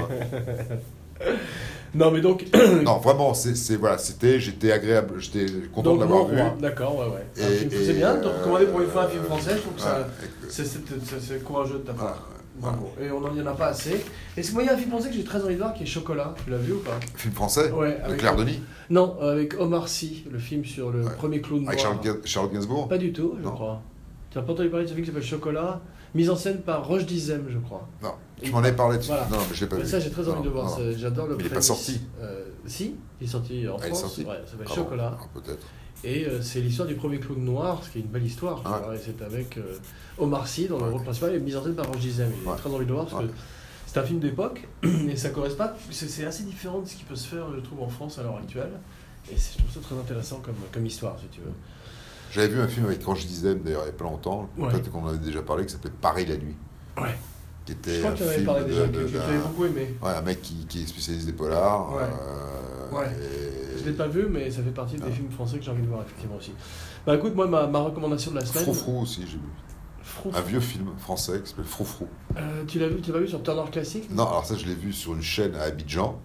Non, mais donc, (coughs)
non, vraiment, c'est c'est- voilà, c'était, j'étais agréable, j'étais content
donc
de l'avoir
Mon
vu. hein.
Roi, D'accord, ouais, ouais. Un
Et-
film-
et,
C'est bien de
euh,
recommander pour une fois un film français, je trouve que ça.
voilà, et que-
C'est- C'est c'est- c'est courageux de ta
voilà,
part.
voilà.
Bravo. Et on n'en y en a pas assez. Et c'est moi, il y a un film français que j'ai très envie de voir qui est Chocolat. Tu l'as vu ou
(laughs)
pas
Film français
Ouais,
De
avec-
Claire Denis
Non, euh, avec Omar Sy, le film sur le
Ouais.
premier clown noir.
Avec Charlotte, Ga- Charlotte Gainsbourg
Pas du tout, je
Non.
crois. Tu n'as pas entendu parler de ce film qui s'appelle Chocolat, mise en scène par Roche Dizem, je crois.
Non,
Et-
tu m'en avais parlé. tu-
Voilà.
Non, mais je l'ai pas
Ouais,
vu.
ça, j'ai très envie
Non,
de voir.
non.
ça, J'adore le
Il est pas
prémisse.
sorti.
Euh, si, il est sorti en
Ah, il est
France.
sorti.
Ouais, ça s'appelle
Ah bon,
Chocolat.
ah, Peut-être.
Et euh, c'est l'histoire du premier clown noir, ce qui est une belle histoire. tu
Ouais.
vois, et c'est avec euh, Omar Sy dans le
Ah. Ouais.
rôle principal et mise en scène par Roche Dizem. J'ai
Ouais.
très envie de le voir parce
Ouais.
que c'est un film d'époque (clears throat) et ça correspond pas. C'est c'est assez différent de ce qui peut se faire, je trouve, en France à l'heure actuelle. Et c'est- je trouve ça très intéressant comme, comme histoire, si tu veux.
J'avais vu un film avec Roche Dizem, d'ailleurs, il y a pas longtemps.
Ouais.
Peut-être qu'on en avait déjà parlé, qui s'appelait Paris la nuit.
Ouais.
Qui
Je
était
crois
un
que tu en avais
film
parlé
de-
déjà,
de-
que, que tu
d'un-
avais beaucoup aimé.
Ouais, un mec qui, qui est spécialiste des polars.
Ouais.
euh,
Ouais.
et-
Je l'ai pas vu, mais ça fait partie des
Ah.
films français que j'ai envie de voir, effectivement aussi. Bah écoute, moi, ma, ma recommandation de la semaine.
Froufrou aussi, j'ai vu.
Frou.
Un vieux film français qui s'appelle Froufrou.
Euh, tu l'as vu, tu l'as pas vu sur Turner Classic
Ah. Non, alors ça, je l'ai vu sur une chaîne à Abidjan.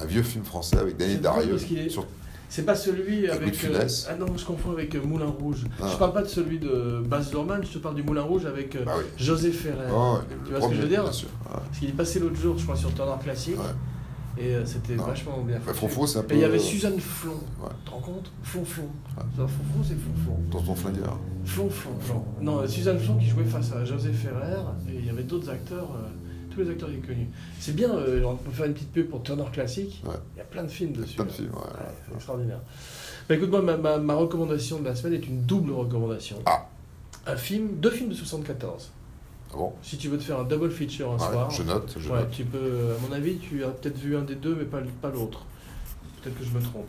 Un vieux film français avec
C'est
Daniel
drôle
Darieux.
parce qu'il est-
Sur-
C'est pas celui
Avec Louis de
avec. euh,
Funès.
ah non, je confonds avec euh, Moulin Rouge.
Ah.
Je parle pas de celui de Baz Luhrmann, je te parle du Moulin Rouge avec euh,
Bah oui.
José Ferrer.
Oh, il est
tu
le
vois ce que je veux
premier,
dire
bien sûr. Ouais.
Parce qu'il est passé l'autre jour, je crois, sur Turner Classic. Et euh, c'était
Non.
vachement bien.
Enfin,
foutu.
Bah, Froufrou, c'est un peu.
Et il y avait Suzanne Flon.
Ouais.
Tu te rends compte Flonflon.
Ouais.
Flonflon, c'est Flonflon.
Tonton Flingueur.
Flon, Flon, Flon. Non, euh, Suzanne Flon qui jouait face à José Ferrer, et il y avait d'autres acteurs, euh, tous les acteurs étaient connus. C'est bien, euh, on peut faire une petite pub pour Turner Classic,
Ouais.
il y a plein de films
Il y a
dessus.
plein de
là.
films, ouais.
Ouais, c'est extraordinaire. Bah écoute, moi, ma, ma- ma recommandation de la semaine est une double recommandation.
Ah.
Un film, deux films de 74.
Ah bon
Si tu veux te faire un double feature un
Ouais,
soir,
Je note, je
ouais,
note.
tu peux, euh, à mon avis, tu as peut-être vu un des deux, mais pas, l- pas l'autre. Peut-être que je me trompe.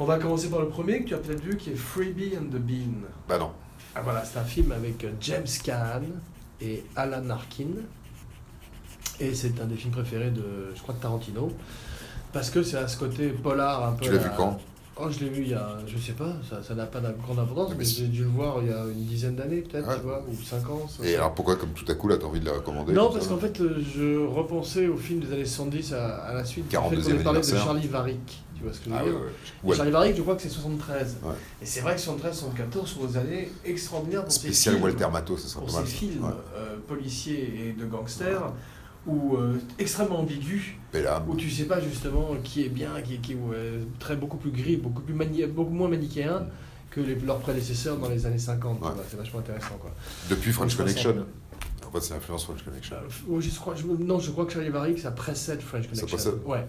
On va commencer par le premier que tu as peut-être vu, qui est Freebie and the Bean.
Bah non.
Ah, voilà, c'est un film avec euh, James Caan et Alan Arkin. Et c'est un des films préférés de, je crois, de Tarantino. Parce que c'est à ce côté polar un peu.
Tu l'as
à-
vu quand
Oh, je l'ai vu il y a, je sais pas, ça ça n'a pas de grande importance,
Non, Ah,
mais
mais c'est-
j'ai dû le voir il y a une dizaine d'années peut-être,
Ouais.
tu vois, ou cinq ans. ça,
Et
ça.
alors pourquoi, comme tout à coup, là, t'as envie de la recommander
Non,
comme
parce
ça
qu'en fait, euh, je repensais au film des années 70 à, à la suite. du fait qu'on
42e
ait parlé de
anniversaire.
Charlie Varick, tu vois ce que je veux
Ah ouais,
dire
ouais. Ouais,
Charlie Varick, je crois que c'est 73.
Ouais.
Et c'est vrai que 73, 74 sont des années extraordinaires pour ces
spécial
films,
Walter Mato, ça serait
pour
pas mal.
ces
ça.
films
Ouais.
euh, policiers et de gangsters, ou euh, extrêmement ambigus,
Pelham.
où tu sais pas justement qui est bien, qui est, qui est- ouais, très beaucoup plus gris, beaucoup plus mani- beaucoup moins manichéen
Mm.
que les- leurs prédécesseurs dans les années 50. tu
Ouais.
vois, C'est vachement intéressant quoi.
Depuis French
Ou 60.
Connection. En fait, c'est l'influence French Connection.
Euh, oh, je crois, je- non, je crois que Charlie Varick ça précède French
Ça
Connection.
précède.
Ouais.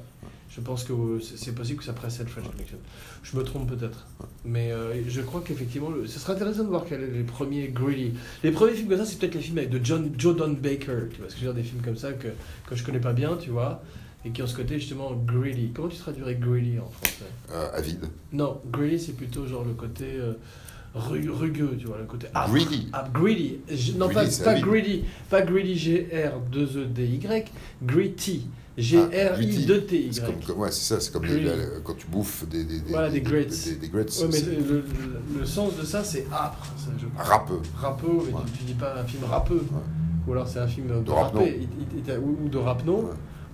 Je pense que euh, c'est c'est possible que ça précède French Connection. Je me trompe peut-être, mais euh, je crois qu'effectivement, le- ce serait intéressant de voir quels sont les premiers greedy. Les premiers films comme ça, c'est peut-être les films avec de John Jordan Baker. Tu vois, ce que je veux dire, des films comme ça que que je connais pas bien, tu vois, et qui ont ce côté justement greedy. Comment tu traduirais greedy en français
Euh, avide.
Non, greedy c'est plutôt genre le côté euh, ru- rugueux, tu vois, le côté âpre.
Greedy.
Ah, greedy. J- non,
Greedy,
pas,
c'est
pas
habile.
greedy, pas greedy G-R-2-E-D-Y, E greedy, G-R-I-2-T-Y.
Ah, C'est comme, comme- ouais, c'est ça, c'est comme les-
Greedy.
la- quand tu bouffes des, des, des,
Voilà, des grits.
Des, des grits,
Ouais, mais
c'est-
le, le- le sens de ça, c'est âpre, ça, je crois.
Rappeux.
Rappeux, mais
Ouais.
tu, tu dis pas un film rappeux. Ou alors c'est un film euh, de,
De
rappé,
rapno.
it- it- it- ou ou de rapno,
Ouais.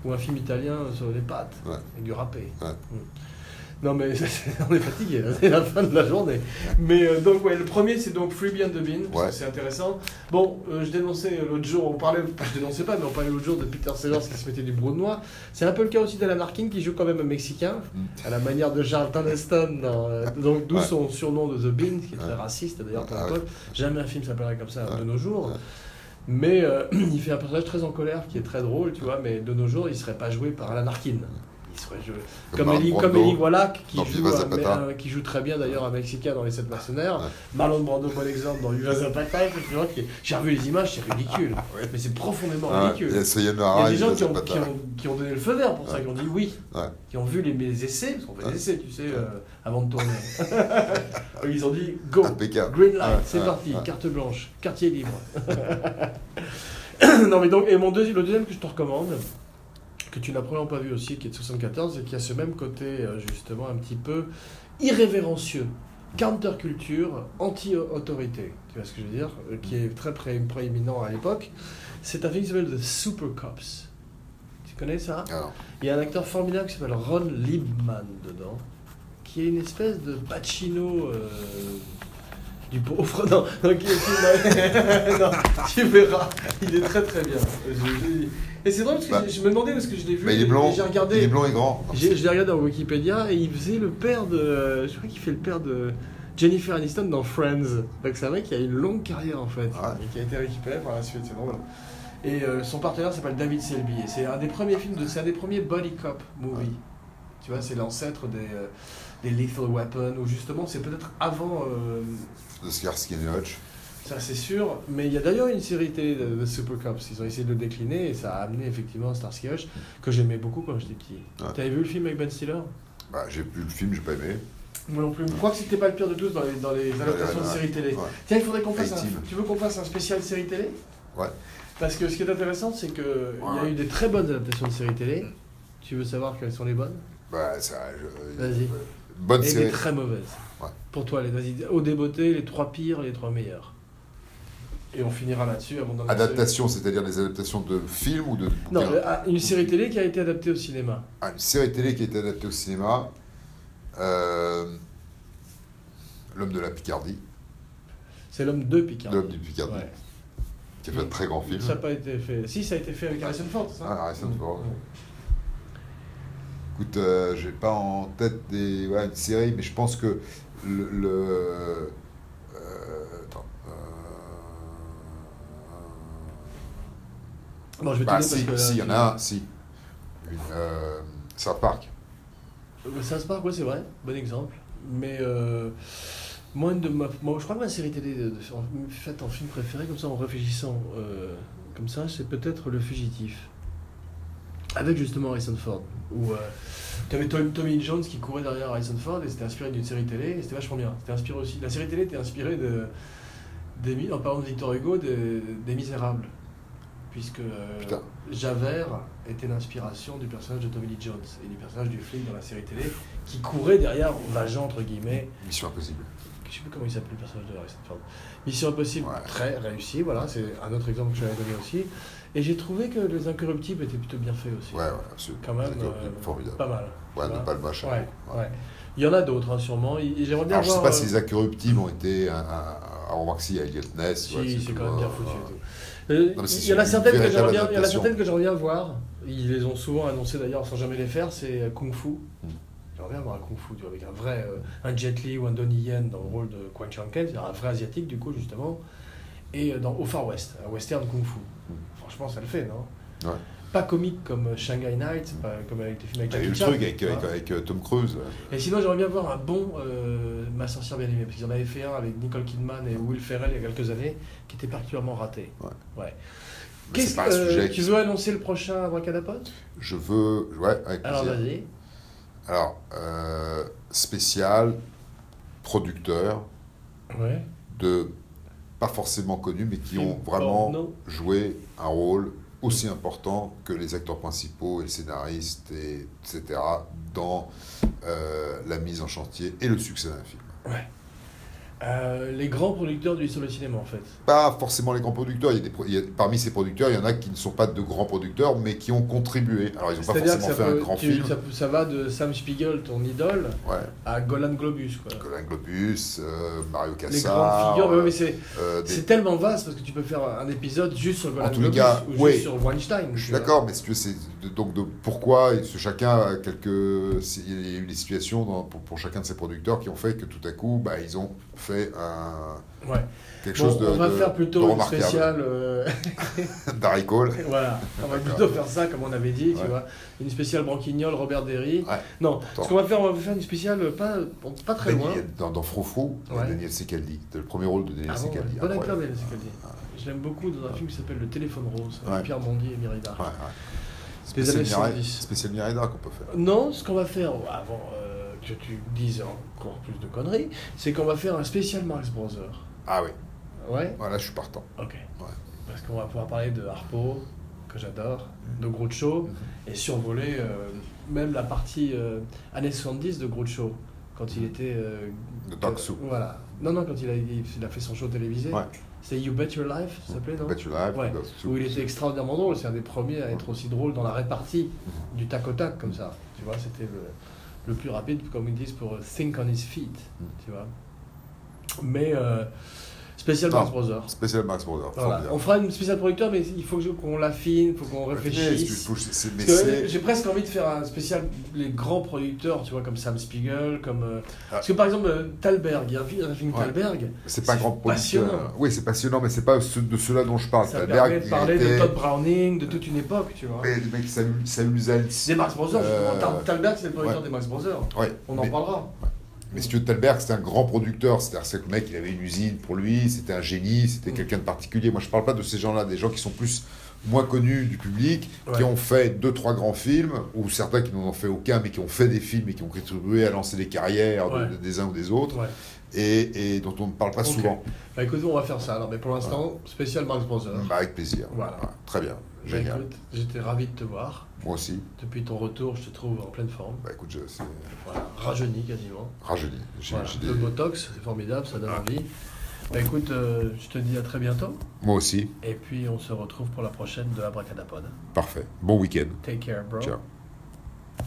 ou un film italien sur les pattes,
Ouais.
avec du râpé.
Ouais.
Mm. Non mais (laughs) on est fatigué, là, c'est la fin de la journée. Mais euh, donc ouais, le premier c'est donc Freebie and the Bean, parce
Ouais.
que c'est intéressant. Bon, euh, je dénonçais l'autre jour, on parlait, je dénonçais pas, mais on parlait l'autre jour de Peter Sellers qui se mettait du brou de noir. C'est un peu le cas aussi d'Alan Arkin qui joue quand même un Mexicain,
Mm.
à la manière de Charlton Heston, dans, euh, donc d'où
Ouais.
son surnom de The Bean, qui est très
Ouais.
raciste d'ailleurs pour
Ah
l'époque. Jamais un film s'appellerait comme ça de
Ouais.
nos jours.
Ouais.
Mais euh, (clears throat) il fait un personnage très en colère qui est très drôle, tu vois, mais de nos jours, il serait pas joué par Alan Arkin. Il serait joué comme,
Marlon
Eli, comme
Brando.
Eli Wallach, qui
dans
joue,
Viva
un-
Zapata.
un- qui joue très bien d'ailleurs un Mexicain dans Les Sept Mercenaires.
Ouais.
Marlon Brando, bon exemple, dans Viva Zapata. effectivement, qui est- J'ai revu les images, c'est ridicule.
Ah ouais.
Mais c'est profondément
Ah,
ridicule.
il y a
Il y a
Sayonara,
des
il y a
gens qui ont,
Zapata.
qui ont- qui ont donné le feu vert pour ça,
Ouais.
qui ont dit oui,
Ouais.
qui ont vu les, mes essais, parce qu'on fait
Ouais.
des essais, tu sais, euh, avant de tourner. (laughs) Ils ont dit
Ah,
go,
Impeccable.
green light,
Ouais,
c'est
ouais,
parti,
ouais.
carte blanche, quartier libre. (laughs) non mais donc, et mon deuxi- le deuxième que je te recommande, que tu n'as probablement pas vu aussi, qui est de 74, et qui a ce même côté, euh, justement, un petit peu irrévérencieux, counterculture, anti-autorité, tu vois ce que je veux dire, euh, qui est très pré- prééminent à l'époque. C'est un film qui s'appelle The Super Cops. Tu connais ça
Alors,
Il y a un acteur formidable qui s'appelle Ron Liebman dedans, qui est une espèce de Pacino euh, du pauvre. Non, non, qui- qui- non, tu verras, il est très très bien. Je- je- et c'est drôle parce que
Bah.
je, je me demandais parce que je l'ai vu.
mais il est
et
blanc.
J'ai regardé.
Il est blanc et grand.
J'ai- Je l'ai regardé en Wikipédia et il faisait le père de. Je crois qu'il fait le père de Jennifer Aniston dans Friends. Donc c'est un mec qui a une longue carrière en fait
Ah Ouais.
et qui a été récupéré par la suite, c'est drôle. Et euh, son partenaire s'appelle David Selby et c'est un des premiers films, de, c'est un des premiers body cop movie.
Ouais.
Tu vois, c'est l'ancêtre des, euh, des Lethal Weapon ou justement c'est peut-être avant. euh,
De Skarsky et Hutch.
ça c'est sûr, mais il y a d'ailleurs une série télé de, de Super Cops, ils ont essayé de le décliner et ça a amené effectivement Starsky Hutch que j'aimais beaucoup quand j'étais petit.
Ouais.
T'avais vu le film avec Ben Stiller
Bah, j'ai vu le film, j'ai pas aimé.
moi non plus. Je crois que c'était pas le pire de tous dans les, dans les adaptations de
Ouais,
séries télé.
ouais.
Tiens, il faudrait qu'on fasse un,
A-Team.
Tu veux qu'on fasse un spécial série télé
Ouais.
Parce que ce qui est intéressant, c'est qu'il il y a
Ouais.
eu des très bonnes adaptations de séries télé. Tu veux savoir quelles sont les bonnes
Bah, ça. je-
Vas-y.
Bonne
Et
série.
des très mauvaises.
Ouais.
Pour toi, les vas-y, au débeauté, les trois pires et les trois meilleurs. Et on finira là-dessus avant d'en
Adaptation, c'est-à-dire des adaptations de films ou de bouquins
Non, euh, ah, une série télé qui a été adaptée au cinéma.
Ah, une série télé qui a été adaptée au cinéma. euh, L'homme de la Picardie.
C'est l'homme de Picard.
L'homme du Picardie,
Ouais.
qui a fait un très grand film.
Ça n'a pas été fait. Si, ça a été fait avec Harrison Ford, ça. Mm.
Ah, Harrison Ford.
Ouais.
Écoute, euh, j'ai pas en tête des, voilà, une série, mais je pense que le. le- euh, attends, euh,
Bon, je vais
bah,
t'aider
si,
parce que là,
si, il y en
tu-
a un, si. Une, euh, South Park.
Euh, Ça se part, ouais, c'est vrai, bon exemple. Mais euh, moi, une de ma, moi, je crois que ma série télé de- de- en- faite en film préféré, comme ça, en réfléchissant, euh, comme ça, c'est peut-être Le Fugitif. Avec justement Harrison Ford. Où euh, tu avais Tom- Tommy Jones qui courait derrière Harrison Ford et c'était inspiré d'une série télé et c'était vachement bien. C'était inspiré aussi. La série télé était inspirée de. Des, mi- en parlant de Victor Hugo, de- des Misérables. puisque euh,
Putain.
Javert était l'inspiration du personnage de Tommy Lee Jones et du personnage du flic dans la série télé qui courait derrière l'agent entre guillemets,
Mission impossible.
je sais plus comment il s'appelait le personnage de Harrison Ford. Mission Impossible,
Ouais.
très réussi, voilà, c'est un autre exemple que j'avais donné aussi. Et j'ai trouvé que les Incorruptibles étaient plutôt bien faits aussi.
Ouais, ouais, absolument.
Quand même,
D'accord,
euh,
formidable.
Pas mal.
Ouais,
tu vois.
de Palma, chapeau.
Ouais,
Ouais.
ouais. Il y en a d'autres, hein, sûrement. Et- et J'aimerais bien
Alors, je sais
voir,
pas
euh,
si les incorruptibles ont été à, à, à remarquer si à Elliot Ness.
Si,
ouais,
c'est
tout,
quand même
hein,
bien foutu. et
hein.
tout. Euh,
Non, mais c'est
il y en a
une
certaines que
véritable
j'aimerais bien, il y en a
adaptation.
certaines que j'aimerais bien voir. Ils les ont souvent annoncées d'ailleurs sans jamais les faire. C'est euh, Kung Fu.
Hmm.
J'aimerais bien voir un Kung Fu tu vois, avec un vrai, euh, un Jet Li ou un Donnie Yen dans le rôle de Quan Chiang Kai, c'est-à-dire un vrai asiatique du coup justement. Et euh, dans Au Far West, un western Kung Fu. Franchement, ça le fait, non
Hmm. Ouais.
Pas comique comme euh, Shanghai Night, pas comme avec les films avec
Ah, Il y a eu
Jackie
le
Chan, hein.
truc avec,
tu vois.
avec, avec, euh, Tom Cruise. là.
Et sinon, j'aimerais bien voir un bon euh, Ma sorcière bien aimée, parce qu'ils en avaient fait un avec Nicole Kidman et Will Ferrell il y a quelques années, qui était particulièrement raté.
Ouais. Mais
Qu'est-ce
C'est pas un
euh,
sujet.
Tu
qui-
veux annoncer le prochain Abracadapod
Je veux. Ouais, avec
Alors
plaisir.
vas-y.
Alors, euh, spécial, producteur,
Ouais.
de pas forcément connus, mais qui ont
Film
vraiment
porno.
joué un rôle aussi important que les acteurs principaux et le scénariste, et, etc., dans euh, la mise en chantier et le succès d'un film.
Euh, les grands producteurs du sur le cinéma, en fait.
Pas forcément les grands producteurs. Il y a des, pro- il y a- parmi ces producteurs, il y en a qui ne sont pas de grands producteurs, mais qui ont contribué. Alors, ils n'ont pas
C'est-à-dire que
forcément
ça,
fait
peut-
un grand
tu-
film.
ça, peut- ça va de Sam Spiegel, ton idole,
Ouais.
à Golan Globus, quoi.
Colin Globus, euh, Mario Cassar.
Les grandes figures, mais ouais, mais c'est
euh, des-
c'est tellement vaste parce que tu peux faire un épisode juste sur Golan
tous les
Globus
cas,
ou
ouais.
juste sur Weinstein.
Je
tu
suis
vois.
d'accord, mais si tu veux, c'est de- donc de, pourquoi est-ce que chacun a quelques. c'est- Il y a eu des situations dans- pour, pour chacun de ces producteurs qui ont fait que tout à coup, bah, ils ont fait un,
Ouais.
quelque
Bon,
chose de.
on va
de-
faire
de
plutôt une
remarquable. (laughs)
spéciale. euh, (laughs)
Darry Cole.
voilà, on va
D'accord.
plutôt faire ça comme on avait dit, tu
Ouais.
vois. Une spéciale Branquignol, Robert Derry.
Ouais.
non,
Attends.
ce qu'on va faire, on va faire une spéciale euh, pas, bon, pas très
Ben,
loin.
il y a- dans, dans Frofro, il y a
Ouais.
Daniel Secaldi. C'est le premier rôle de Daniel
Ah bon,
Secaldi.
bon acteur,
incroyable.
Daniel Secaldi. Je l'aime beaucoup dans un film qui s'appelle Le Téléphone Rose, avec
Ouais.
Pierre Mondi et Mérida.
Ouais, ouais.
Les
Spécial
années
Mireille-
70.
Spécial Mireille qu'on peut faire.
Non, ce qu'on va faire, avant euh, que tu dises encore plus de conneries, c'est qu'on va faire un spécial Marx Brothers.
Ah oui,
Ouais
voilà, je suis partant.
Ok.
Ouais.
Parce qu'on va pouvoir parler de Harpo, que j'adore, de Groucho, et survoler euh, même la partie euh, années 70 de Groucho, quand il était... euh,
De Dark
euh,
Soup.
Voilà. Non, non, quand il a, il a fait son show télévisé.
Ouais.
C'était You Bet Your Life, ça s'appelait, non
Bah, tu l'as,
Ouais.
puis Dark Soup.
Où il était extraordinairement drôle, c'est un des premiers à être aussi drôle dans la répartie
Mhm.
du tac au tac, comme ça. Tu vois, c'était le, le plus rapide, comme ils disent, pour euh, Think on His Feet,
Mhm.
tu vois. Mais euh, spécial
Non.
Mars Brothers.
Spécial Max Brothers.
Voilà.
formidable.
On fera une spéciale producteur, mais il faut que je- qu'on l'affine, il faut qu'on
Est-ce que je
réfléchisse.
touche- c'est- mais
Parce que, euh,
c'est-
J'ai presque envie de faire un spécial les grands producteurs, tu vois, comme Sam Spiegel, comme euh,
Ah.
parce que par exemple euh, Thalberg, il y a un fi- un film
Ouais.
Thalberg,
C'est pas un
C'est
grand producteur.
passionnant.
Oui, c'est passionnant, mais c'est pas ce- de cela dont je parle.
ça
Spielberg,
permet de
Ah, il
parler
était-
de Todd Browning, de toute une époque, tu vois.
Mais le mec, Samuel, Samuel Zaltz.
Des Max Brothers,
Euh,
justement. Tal- Thalberg, c'est le producteur
ouais.
des Max Brothers.
Ouais.
On en
mais,
parlera.
mais si tu veux, Talberg, c'était un grand producteur. C'est-à-dire c'est que le mec, il avait une usine pour lui, c'était un génie, c'était
Mm.
quelqu'un de particulier. Moi, je parle pas de ces gens-là, des gens qui sont plus moins connus du public,
Ouais.
qui ont fait deux, trois grands films, ou certains qui n'en ont fait aucun, mais qui ont fait des films et qui ont contribué à lancer des carrières de-
Ouais.
de- des uns ou des autres,
Ouais.
et, et dont on ne parle pas
Ok.
souvent.
Bah écoute, on va faire ça alors, mais pour l'instant, spécial Max Brothers.
Bah, avec plaisir.
Euh. Voilà.
Ouais, très bien.
Bah,
Génial.
écoute, J'étais ravi de te voir.
Moi aussi.
Depuis ton retour, je te trouve en pleine forme.
Bah écoute, je- c'est
Voilà, rajeuni quasiment.
rajeuni. Ah, J'ai-
Voilà,
j'ai
Le
des- Ah.
Botox, c'est formidable, ça donne envie. Bah écoute, euh, je te dis à très bientôt.
Moi aussi.
Et puis on se retrouve pour la prochaine de Abracadapod.
Parfait. Bon week-end.
Take care, bro.
Ciao.